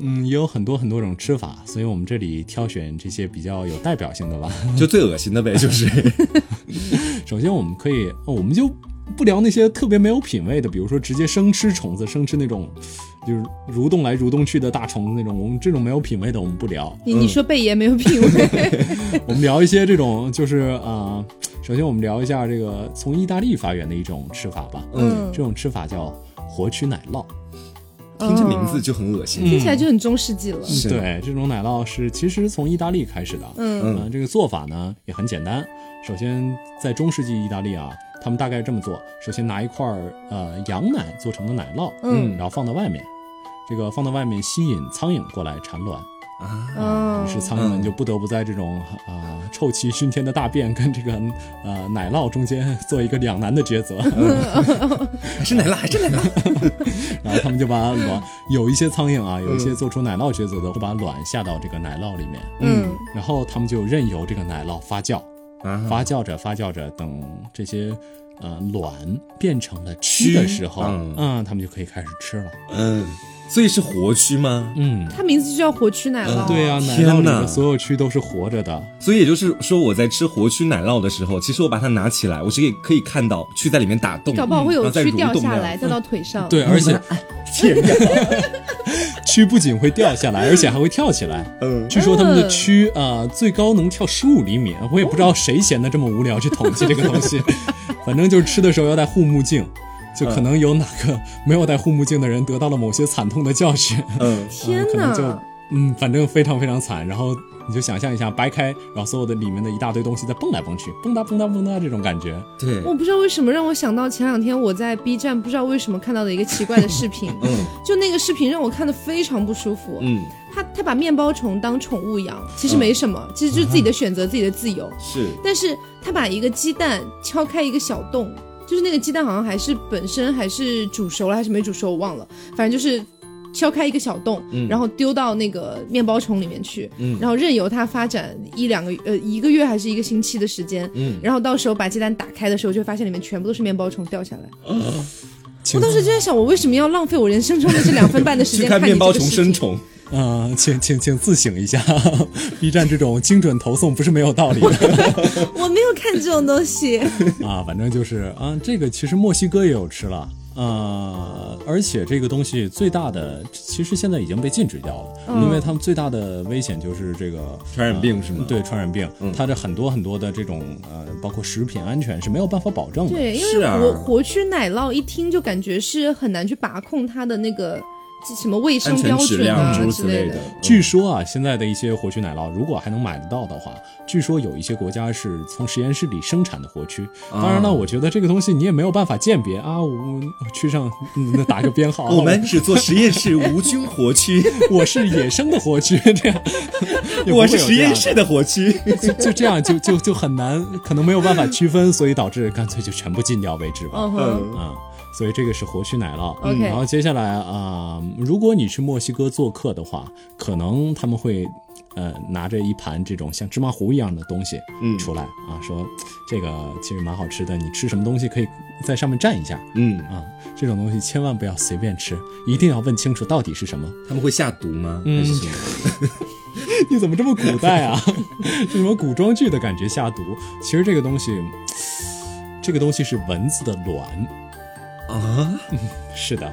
A: 嗯，也有很多很多种吃法，所以我们这里挑选这些比较有代表性的吧。
B: 就最恶心的呗，就是，
A: 首先，我们可以，哦我们就不聊那些特别没有品位的，比如说直接生吃虫子，生吃那种就是蠕动来蠕动去的大虫子那种，我们这种没有品位的我们不聊。
C: 你你说贝爷没有品味，
A: 我们聊一些这种，就是啊、呃首先我们聊一下这个从意大利发源的一种吃法吧。
C: 嗯
A: 这种吃法叫活曲奶酪。
B: 听这名字就很恶心，
C: 听
A: 嗯
C: 起来就很中世纪了。
B: 是
A: 对，这种奶酪是其实从意大利开始的。
C: 嗯
A: 呃这个做法呢也很简单。首先，在中世纪意大利啊，他们大概这么做：首先拿一块儿呃羊奶做成的奶酪，
C: 嗯
A: 然后放到外面，这个放到外面吸引苍蝇过来产卵。
B: 啊，
C: 嗯
A: 于是苍蝇们就不得不在这种啊、呃臭气熏天的大便跟这个呃奶酪中间做一个两难的抉择，
B: 还是奶酪，还是奶酪，
A: 然后他们就把卵，有一些苍蝇啊，有一些做出奶酪抉择的，会把卵下到这个奶酪里面，
C: 嗯
A: 然后他们就任由这个奶酪发酵，
B: 啊
A: 发酵着发酵着，等这些呃卵变成了蛆的时候，
B: 嗯
A: 嗯，他们就可以开始吃了，
B: 嗯，所以是活蛆吗？
A: 嗯。
C: 它名字就叫火曲奶酪。
A: 对啊，奶
B: 天
A: 酪里
B: 哪
A: 的所有蛆都是活着的，
B: 所以也就是说，我在吃活蛆奶酪的时候，其实我把它拿起来，我是可以可以看到蛆在里面打洞，嗯
C: 搞不好会有
A: 嗯
B: 然后在
C: 蛆
B: 蠕
C: 掉
B: 动
C: 下
B: 那样
C: 来，掉到腿上。
A: 对，而且
B: 天呀，
A: 蛆不仅会掉下来，而且还会跳起来。
B: 嗯，
A: 据说他们的蛆啊、
C: 嗯
A: 呃最高能跳十五厘米，我也不知道谁闲得这么无聊去统计这个东
C: 哦
A: 西。 反正就是吃的时候要戴护目
C: 嗯
A: 镜，就可能有哪个没有戴护目镜的人得到了某些惨痛的教 训。
B: 嗯，
C: 天
A: 嗯可能就
C: 哪！
A: 嗯，反正非常非常惨。然后你就想象一下，掰开，然后所有的里面的一大堆东西在蹦来蹦去，蹦哒蹦哒蹦哒这种感觉。
B: 对，
C: 我不知道为什么让我想到前两天我在 B 站不知道为什么看到的一个奇怪的视频，
B: 嗯
C: 就那个视频让我看的非常不舒服。
B: 嗯，
C: 他他把面包虫当宠物养，其实没什么，其实就是自己的选择，自己的自由。
B: 是，
C: 但是他把一个鸡蛋敲开一个小洞，就是那个鸡蛋好像还是本身还是煮熟了还是没煮熟，我忘了，反正就是敲开一个小洞，
B: 嗯
C: 然后丢到那个面包虫里面去，然后任由它发展一两个呃一个月还是一个星期的时间，
B: 嗯
C: 然后到时候把鸡蛋打开的时候，就会发现里面全部都是面包虫掉下来。
B: 嗯
A: 请
C: 我当时就在想，我为什么要浪费我人生中的这两分半的时
B: 去
C: 间
B: 看
C: 你
B: 面包
C: 这个
B: 虫
C: 视频
B: 生？虫，
A: 嗯、请请请自省一下 ，B 站这种精准投送不是没有道理的。
C: 我没有看这种东西。
A: 啊，反正就是啊，这个其实墨西哥也有吃了。呃，而且这个东西最大的，其实现在已经被禁止掉了，因为他们最大的危险就是这个
B: 传染病
A: 呃
B: 是吗嗯
A: 对，传染病，它的很多很多的这种呃，包括食品安全是没有办法保证的。
C: 对，因
B: 是
C: 为
B: 啊
C: 活活蛆奶酪一听就感觉是很难去把控它的那个什么卫
B: 安
C: 生
B: 全
C: 标
B: 质
C: 准
B: 量
C: 啊
B: 诸如
C: 之
B: 此类
C: 的
B: 的。，
A: 据说啊，现在的一些活蛆奶酪，如果还能买得到的话，据说有一些国家是从实验室里生产的活蛆。当
B: 啊
A: 然了，我觉得这个东西你也没有办法鉴别啊，我我去上、嗯、打个编号
B: ，我们只做实验室无菌活蛆，
A: 我是野生的活蛆，这样，也不会
B: 我
A: 有
B: 是
A: 这样
B: 实验室的活蛆，
A: 的，就就 这样，就就就很难，可能没有办法区分，所以导致干脆就全部禁掉为止吧。
C: 嗯哼，
B: 嗯，
A: 啊、所以这个是活蛆奶酪。
C: OK
A: 然后接下来啊、如果你去墨西哥做客的话，可能他们会。呃，拿着一盘这种像芝麻糊一样的东西
B: 嗯
A: 出来、啊，说这个其实蛮好吃的，你吃什么东西可以在上面蘸一下
B: 嗯，
A: 啊。这种东西千万不要随便吃，一定要问清楚到底是什么。
B: 他们会下毒吗？
A: 嗯
B: 还是什么？
A: 你怎么这么古代啊？ 这什么古装剧的感觉下毒？其实这个东西，这个东西是蚊子的卵，
B: 啊
A: 是的，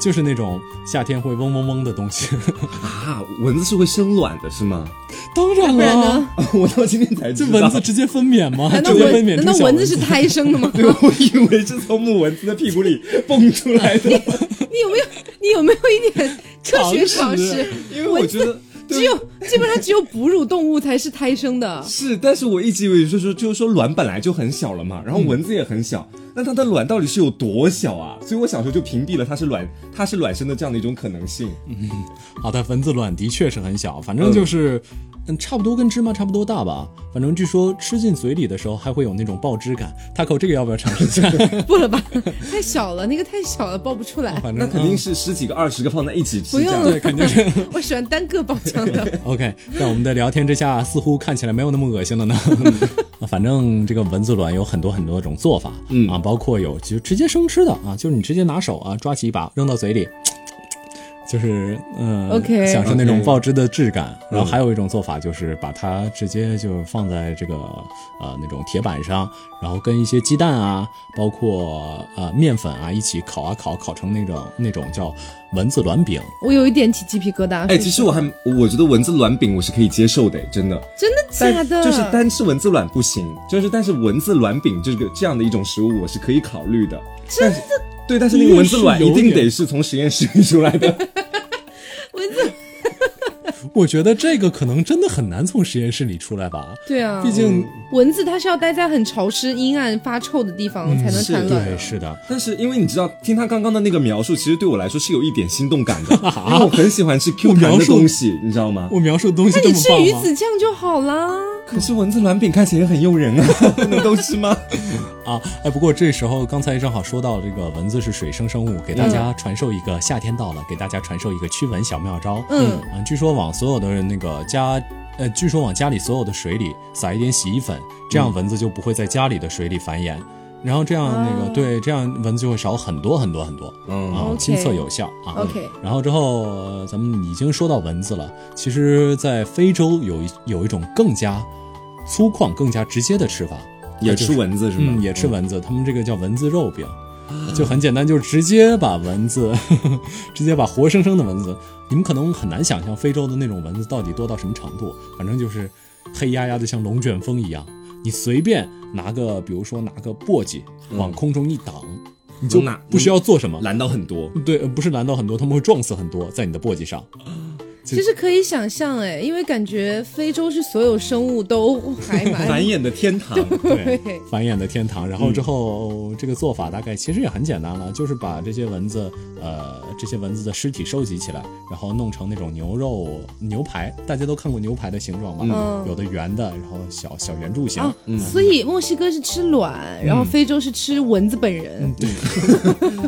A: 就是那种夏天会嗡嗡嗡的东西。
B: 啊，蚊子是会生卵的是吗？
A: 当然
C: 不然
A: 了，
C: 呢？ 哎
B: 我到今天才
A: 这
B: 知道，
A: 蚊子直接分娩吗？
C: 难道
A: 直接分
C: 蚊
A: 娩
C: 难
A: 出
C: 道
A: 小
C: 蚊
A: 蚊
C: 子是胎生的吗？
B: 对，我以为是从母蚊子的屁股里蹦出来的，
C: 你有没有你有没有一点科学
A: 常
C: 常
A: 识
C: 识？
B: 因为我觉得。。
C: 只有基本上只有哺乳动物才是胎生的
B: 是，但是我一直以为就是说就是说卵本来就很小了嘛，然后蚊子也很小，那它的卵到底是有多小啊？所以我小时候就屏蔽了它是卵它是卵生的这样的一种可能性。
A: 好的，蚊子卵的确是很小，反正就是，嗯，差不多跟芝麻差不多大吧。反正据说吃进嘴里的时候还会有那种爆汁感。他口这个要不要尝试一下？
C: 不了吧， 太小了，那个太小了，抱不出来。
A: 反
B: 那
A: 正
B: 肯定是十几个、二十个放在一起吃，
C: 不
B: 哦这样
C: 用
B: 子
A: 对
C: 了，
A: 肯定是
C: 我喜欢单个爆浆的。
A: OK，在我们的聊天之下，似乎看起来没有那么恶心了呢。 啊反正这个蚊子卵有很多很多种做法，嗯啊，包括有就直接生吃的啊，就是你直接拿手啊抓起一把扔到嘴里，就是嗯、呃
C: OK
A: 享受那
B: OK
A: 种爆汁的质感。然后还有一种做法就是把它直接就放在这个呃那种铁板上，然后跟一些鸡蛋啊，包括呃面粉啊一起烤啊烤，烤成那种那种叫蚊子卵饼。
C: 我有一点起鸡皮疙瘩。
B: 哎，其实我还我觉得蚊子卵饼我是可以接受的，哎真的。
C: 真的
B: 但
C: 假的？
B: 就是单吃蚊子卵不行，就是但是蚊子卵饼这个这样的一种食物我是可以考虑的。真的。对，但是那个蚊子卵一定得是从实验室里出来的。
C: 蚊子，
A: 我觉得这个可能真的很难从实验室里出来吧。
C: 对啊，
A: 毕竟
C: 蚊子它是要待在很潮湿、阴暗、发臭的地方才能产卵
A: 对，。嗯是的，
B: 但是因为你知道，听他刚刚的那个描述，其实对我来说是有一点心动感 的，因为我很喜欢吃 Q 弹的东西，你知道吗？
A: 我描述的东西
C: 那
A: 这
C: 你
A: 么
C: 吃
A: 棒
C: 鱼
A: 吗？
C: 子酱就好啦。
B: 可是蚊子卵饼看起来也很诱人啊，不能都吃 吗？
A: 啊，哎，不过这时候刚才正好说到这个蚊子是水生生物，给
C: 嗯
A: 大家传授一个夏天到了，给大家传授一个驱蚊小妙招。
C: 嗯
A: 嗯，据说往所有的那个家。呃，据说往家里所有的水里撒一点洗衣粉，这
C: 嗯
A: 样蚊子就不会在家里的水里繁衍，然后这样那个、
C: 啊
A: 对，这样蚊子就会少很多很多很多。
B: 嗯，
A: 啊，
C: OK
A: 亲测有效啊。
C: OK
A: 然后之后，呃咱们已经说到蚊子了。其实，在非洲有一有一种更加粗犷、更加直接的吃法，
B: 也吃蚊子是吗？
A: 嗯，也吃蚊子，他们这个叫蚊子肉饼，就很简单，就是直接把蚊子， 直接把活生生的蚊子，你们可能很难想象非洲的那种蚊子到底多到什么程度，反正就是黑压压的，像龙卷风一样。你随便拿个，比如说拿个簸箕往空中一挡，你就
B: 嗯能拿
A: 不需要做什么，
B: 蓝到很多。
A: 对，呃不是拦到很多，他们会撞死很多在你的簸箕上。
C: 其实可以想象，哎，因为感觉非洲是所有生物都还
B: 繁
C: 蛮
B: 衍的天堂，
A: 对嗯
C: 对，
A: 繁衍的天堂。然后之后、这个做法大概其实也很简单了，就是把这些蚊子，呃，这些蚊子的尸体收集起来，然后弄成那种牛肉牛排，大家都看过牛排的形状吧？
C: 嗯
A: 有的圆的，然后小小圆柱形。
C: 啊，所以墨西哥是吃卵，
A: 嗯
C: 然后非洲是吃蚊子本人，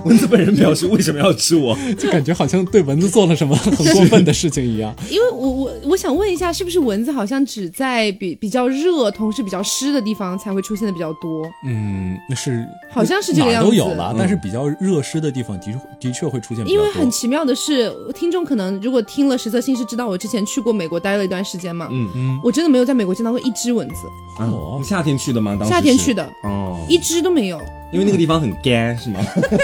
B: 蚊子本人表示为什么要吃我？
A: 就感觉好像对蚊子做了什么很过分的事情一样。
C: 因为我我我想问一下，是不是蚊子好像只在比比较热，同时比较湿的地方才会出现的比较多？
A: 嗯，那是
C: 好像是这个
A: 哪
C: 样
A: 儿
C: 子
A: 都有了，但是比较热湿的地方的确的确会出现比较
C: 因
A: 多。
C: 为很奇妙的是，呃听众可能如果听了实则信是知道我之前去过美国待了一段时间嘛，
B: 嗯
A: 嗯，
C: 我真的没有在美国见到过一只蚊子，
A: 哦
B: 你嗯夏天去的吗？当时
C: 夏天
B: 是
C: 去的
A: 嗯
B: 哦，
C: 一只都没有。
B: 因为那个地方很干，是吗？
C: 因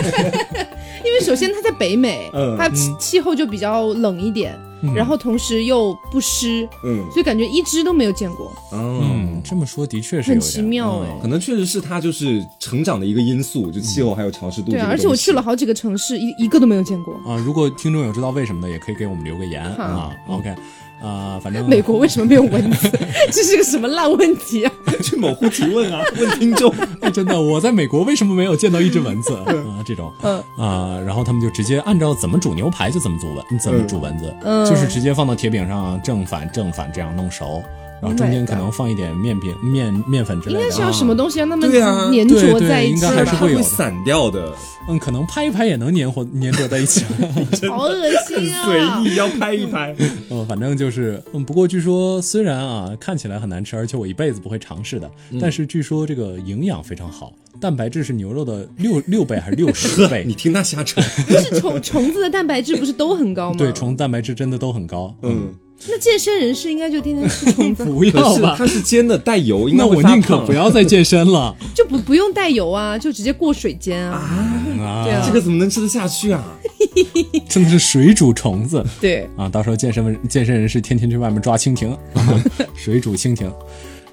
C: 为首先它在北美，
B: 嗯
C: 它气气候就比较冷一点，然后同时又不湿，
B: 嗯，
C: 所以感觉一只都没有见过，
A: 嗯
B: 哦，，
A: 这么说的确是有
C: 很
A: 点
C: 奇妙哎、
B: 可能确实是它就是成长的一个因素，就气候还有潮湿度。
C: 对啊，而且我去了，好几个城市，一一个都没有见过。
A: 啊、如果听众有知道为什么的，也可以给我们留个言
C: 好嗯
A: 啊。OK，啊、反正
C: 美国为什么没有蚊子？这是个什么烂问题啊！
B: 去某乎提问啊，问听 众。
A: 哎真的，我在美国为什么没有见到一只蚊子啊？这种，
C: 嗯
A: 啊、然后他们就直接按照怎么煮牛排就怎么煮蚊，嗯怎么煮蚊子，
C: 嗯
A: 就是直接放到铁饼上正反正反这样弄熟，然后中间
C: Oh my
A: 可能放一点面饼面面粉之类
C: 应该是
A: 的。啊
C: 要什么东西让它们
B: 对啊
C: 粘
A: 对
C: 着
A: 对
C: 在一
A: 应
C: 起
A: 该
C: 吧？
A: 还是会有的
B: 散掉
C: 啊
B: 的，
A: 嗯，可能拍一拍也能粘和粘着在一 起。
C: 好恶心啊！
B: 意要拍一拍。
A: 嗯，反正就是，嗯，不过据说虽然啊看起来很难吃，而且我一辈子不会尝试的，
B: 嗯
A: 但是据说这个营养非常好，蛋白质是牛肉的六六倍还是六十倍
B: 你？听他瞎扯，
C: 不是虫虫子的蛋白质不是都很高吗？
A: 对，。虫蛋白质真的都很高。
B: 嗯，
C: 那健身人士应该就天天吃虫子，
A: 不
B: 可
A: 要
B: 是
A: 吧
B: 它，是煎的带油，应该
A: 那
B: 会
A: 我
B: 发
A: 宁可
B: 胖啊
A: 不。要再健身了。
C: 就不不用带油啊，就直接过水煎啊。
A: 啊
C: 对，啊
B: 这个怎么能吃得下去啊？
A: 真的是水煮虫子
C: 对，
A: 啊！到时候健身健身人士天天去外面抓蜻蜓， 水煮蜻蜓。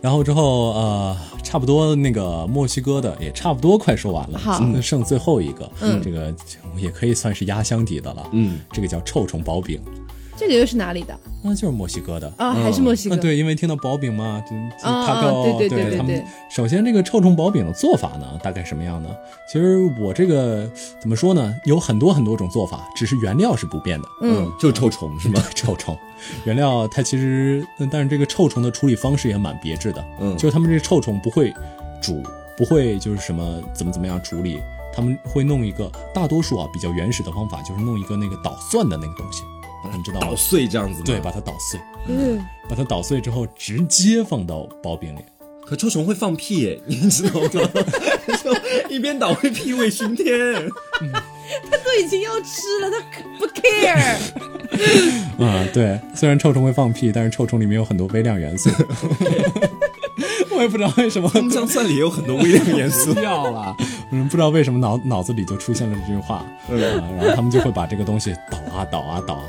A: 然后之后呃，差不多那个墨西哥的也差不多快说完了，
C: 好
A: 嗯剩最后一个，
C: 嗯
A: 这个也可以算是压箱底的了。
B: 嗯，
A: 这个叫臭虫薄饼。
C: 这个又是哪里的？
A: 那就是墨西哥的。
C: 啊，
B: 哦
C: 还是墨西哥？
A: 嗯，对，因为听到薄饼嘛，就就
C: 啊
A: 他告
C: 对对对对
A: 他们
C: 对。
A: 首先，这个臭虫薄饼的做法呢，大概什么样呢？其实我这个怎么说呢，有很多很多种做法，只是原料是不变的。
C: 嗯，
B: 就臭虫 是吗？
A: 臭虫原料它其实，嗯但是这个臭虫的处理方式也蛮别致的。
B: 嗯
A: 就是他们这臭虫不会煮，不会就是什么怎么怎么样处理，他们会弄一个大多数啊比较原始的方法，就是弄一个那个捣蒜的那个东西，你知道吗
B: 嗯捣？碎这样子吗？
A: 对，把？它捣碎，
C: 嗯，
A: 把它捣碎之后直接放到薄 饼里。
B: 可臭虫会放屁耶， 你知道吗？就一边捣会屁味熏天。
C: 他都已经要吃了，他可不
B: 哎
C: care。
A: 啊，对，虽然臭虫会放屁，但是臭虫里面有很多微量 元素。 我也不知道为什么
B: 葱姜蒜里也有很多微量元素。
A: 要了， 嗯，不知道为什么脑脑子里就出现了这句话，
B: 嗯
A: 啊，然后他们就会把这个东西倒啊倒啊倒啊，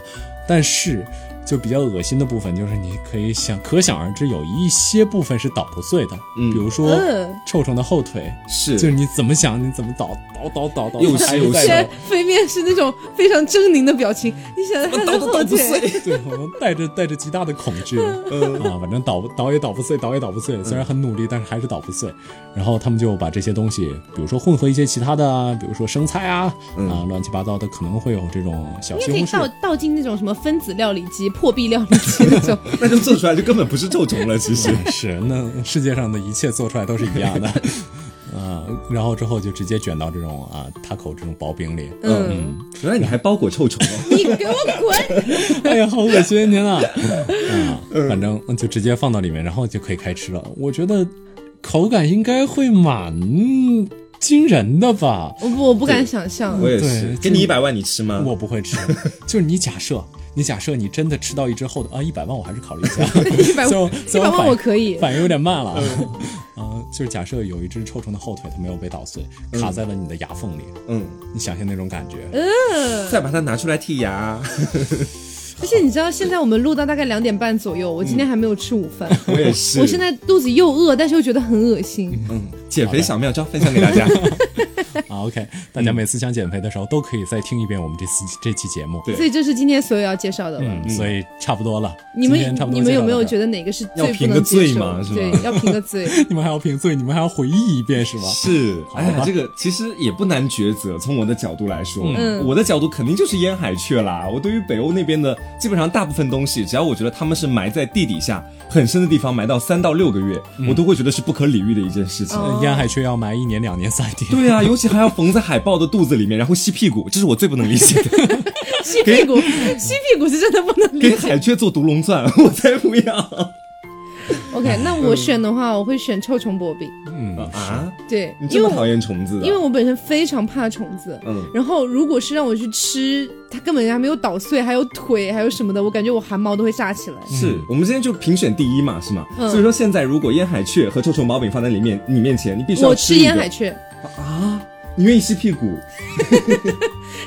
A: 但是就比较恶心的部分就是你可以想，可想而知有一些部分是捣不碎的，
B: 嗯
A: 比如说、
C: 嗯
A: 臭虫的后腿，
B: 是
A: 就是你怎么想你怎么倒倒倒倒倒，
B: 又
A: 它还
B: 细又
A: 在
B: 细
C: 虽
A: 倒
C: 然飞面是那种非常狰狞的表情，你想想他的后腿，
A: 对，我们带着带着极大的恐惧，啊，反正捣不捣也捣不碎，捣也捣不碎。虽然很努力，但是还是捣不碎。然后他们就把这些东西，比如说混合一些其他的啊，比如说生菜啊，啊，乱七八糟的，可能会有这种小
C: 你也
A: 西
C: 可以
A: 红
C: 倒
A: 柿。
C: 倒进那种什么分子料理机、破壁料理机那种。
B: 那就做出来就根本不是臭虫了，其实。
A: 是，那世界上的一切做出来都是一样的，啊，然后之后就直接卷到这种啊塔口这种薄饼里，
C: 嗯，
B: 原来你还包裹臭虫哦。
C: 你给我 滚！
A: 哎呀，好恶心您 啊！啊，
C: 嗯
A: 反正就直接放到里面，然后就可以开吃了。我觉得口感应该会蛮惊人的吧。
C: 我不，我不敢想象啊
B: 我。也
A: 对
B: 是，
A: 就
B: 给你一百万，你吃
C: 嗯
B: 吗？
A: 我不会吃，就是你假设，你假设你真的吃到一只厚的啊，一百万我还是考虑一下，
C: 一 百
A: 虽然虽然
C: 一百万
A: 反
C: 我可以嗯
A: 反应有点慢了。 啊，就是假设有一只臭虫的后腿，它没有被捣碎，卡在了你的牙缝里，
B: 嗯，
A: 你想象那种感觉，
C: 嗯呃
B: 再把它拿出来剔牙。
C: 而且你知道，现在我们录到大概两点半左右，我
B: 嗯
C: 今天还没有吃午饭。
B: 我也是。
C: 我现在肚子又饿，但是又觉得很恶心。
B: 嗯，减肥小妙招分享给大家。
A: 啊，OK，大
C: 嗯
A: 家每次想减肥的时候，都可以再听一遍我们这次这期节目。
B: 对
C: 所以这是今天所有要介绍的了。
A: 嗯，所以差不多了。
C: 你
A: 今天
C: 们
A: 差不多
C: 你们有没有
A: 得
C: 觉得哪个是
B: 要
C: 最不
B: 评个
C: 能接
B: 罪
C: 受
B: 嘛
C: 的？
B: 是吧
C: 对，要评 个罪。
A: 你们还要评罪，你们还要回忆一遍是吗？
B: 是，哎
A: 好吧
B: 呀，这个其实也不难抉择。从我的角度来说，
C: 嗯
B: 我的角度肯定就是烟海雀啦。我对于北欧那边的基本上大部分东西，只要我觉得他们是埋在地底下很深的地方，埋到三到六个月，我都会觉得是不可理喻的一件事情。
C: 哦
A: 呃烟海雀要埋一年、两年、三年。
B: 对啊，尤其还要缝在海豹的肚子里面，然后吸屁股，这是我最不能理解的。
C: 吸屁股， 吸屁股是真的不能理
B: 给
C: 解。
B: 海雀做独龙钻，我才不要
C: OK，那我选的话，我会选臭虫薄饼。
A: 嗯，
B: 啊！
C: 对
B: 你，这
C: 因为
B: 么
C: 我
B: 讨厌虫子的？啊
C: 因为我本身非常怕虫子。
B: 嗯，
C: 然后，如果是让我去吃，它根本还没有捣碎，还有腿，还有什么的，我感觉我汗毛都会炸起来。
B: 是我们今天就评选第一嘛，是吗？
C: 嗯
B: 所以说现在如果烟海雀和臭虫毛饼放在里面你面前，你必须要
C: 我
B: 吃
C: 吃
B: 一个
C: 烟海雀，
B: 啊！你愿意吸屁股？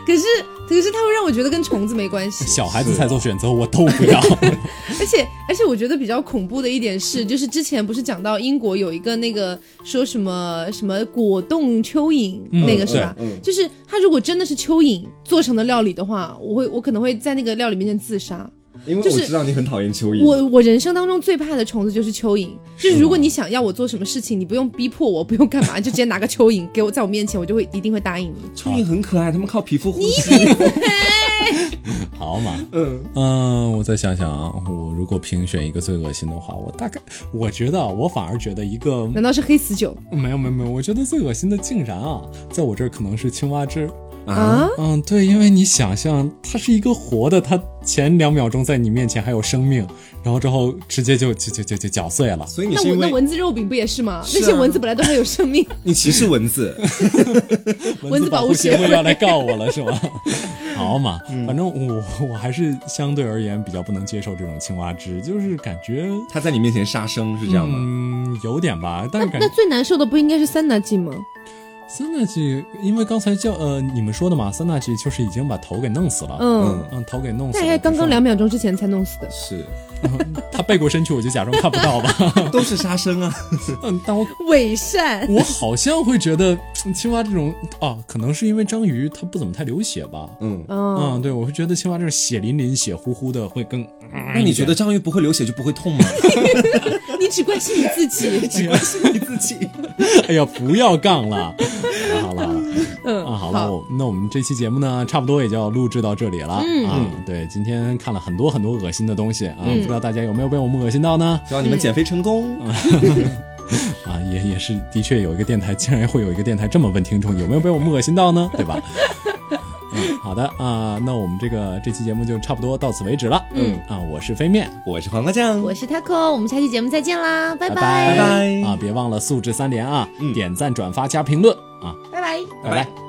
C: 可是可是它会让我觉得跟虫子没关系。
A: 小孩子才做选择，我都不要。
C: 而且而且我觉得比较恐怖的一点
B: 嗯
C: 是，就是之前不是讲到英国有一个那个说什么什么果冻蚯蚓、
A: 嗯
C: 那个是吧？
B: 嗯嗯
C: 就是它如果真的是蚯蚓做成的料理的话，我会我可能会在那个料理面前自杀。
B: 因为
C: 就
B: 我
C: 是
B: 知道你很讨厌蚯蚓。
C: 我我人生当中最怕的虫子就是蚯蚓，就是如果你想要我做什么事情，你不用逼迫我，不用干嘛，就直接拿个蚯蚓给我在我面前，我就会一定会答应你。
B: 蚯蚓很可爱，它们靠皮肤呼 吸。
A: 好嘛，
B: 嗯，
A: 嗯，我再想想啊，我如果评选一个最恶心的话，我大概我觉得啊，我反而觉得一个
C: 难道是黑死酒
A: 没有没有没有，我觉得最恶心的竟然啊，在我这儿可能是青蛙汁。
C: 啊？
A: 嗯，对，因为你想象它是一个活的，它前两秒钟在你面前还有生命，然后之后直接就就就就就搅碎了。
B: 所以你
C: 那
B: 是
C: 我
B: 因
C: 那
B: 为
C: 蚊子肉饼不也是吗？
B: 是啊
C: 那些蚊子本来都还有生 命，
B: 你歧视蚊子，
A: 蚊
C: 子保护
A: 护
C: 协
A: 协
C: 会嗯
A: 会要来告我了是 吗？好嘛，反正我我还是相对而言比较不能接受这种青蛙汁，就是感觉
B: 它在你面前杀生是这样 吗？
A: 嗯有点吧，但
C: 那
A: 是感
C: 那
A: 觉
C: 最难受的不应该是三拿季吗？
A: 三大忌，因为刚才叫呃你们说的嘛，三大忌就是已经把头给弄死了，
C: 嗯，
A: 嗯头给弄死
C: 那
A: 了，
C: 还刚
A: 不
C: 刚
A: 是
C: 两秒钟之前才弄死的。
B: 是，
A: 他背过身去，我就假装 看不到吧，
B: 都是杀生啊。
A: 嗯，但我
C: 伪善，
A: 我好像会觉得嗯青蛙这种啊，可能是因为章鱼它不怎么太流血吧。
B: 嗯，
C: 嗯，
A: 嗯，对，我会觉得青蛙这种血淋淋、血乎乎的会更。嗯
C: 哎
B: 那你觉得章鱼不会流血就不会痛吗？
C: 你只关心你自己。
B: 只关心你自己。
A: 哎呀，不要杠了！啊好了好了
C: 嗯，
A: 啊，好了，我那我们这期节目呢，差不多也就要录制到这里了。
C: 嗯
A: 啊，对，今天看了很多很多恶心的东西啊，不知道大家有没有被我们恶心到呢？
B: 希望你们减肥成功。
A: 啊，也也是，的确有一个电台，竟然会有一个电台这么问听众有没有被我们恶心到呢？对 吧？嗯，好的啊，那我们这个这期节目就差不多到此为止了。嗯啊，我是飞面，
B: 我是黄瓜酱，
C: 我是 taco，我们下期节目再见啦，拜
A: 拜
B: 拜拜嗯
A: 啊，别忘了素质三连啊，点赞、转发加评论啊，
C: 拜拜。
A: 拜拜
B: 拜拜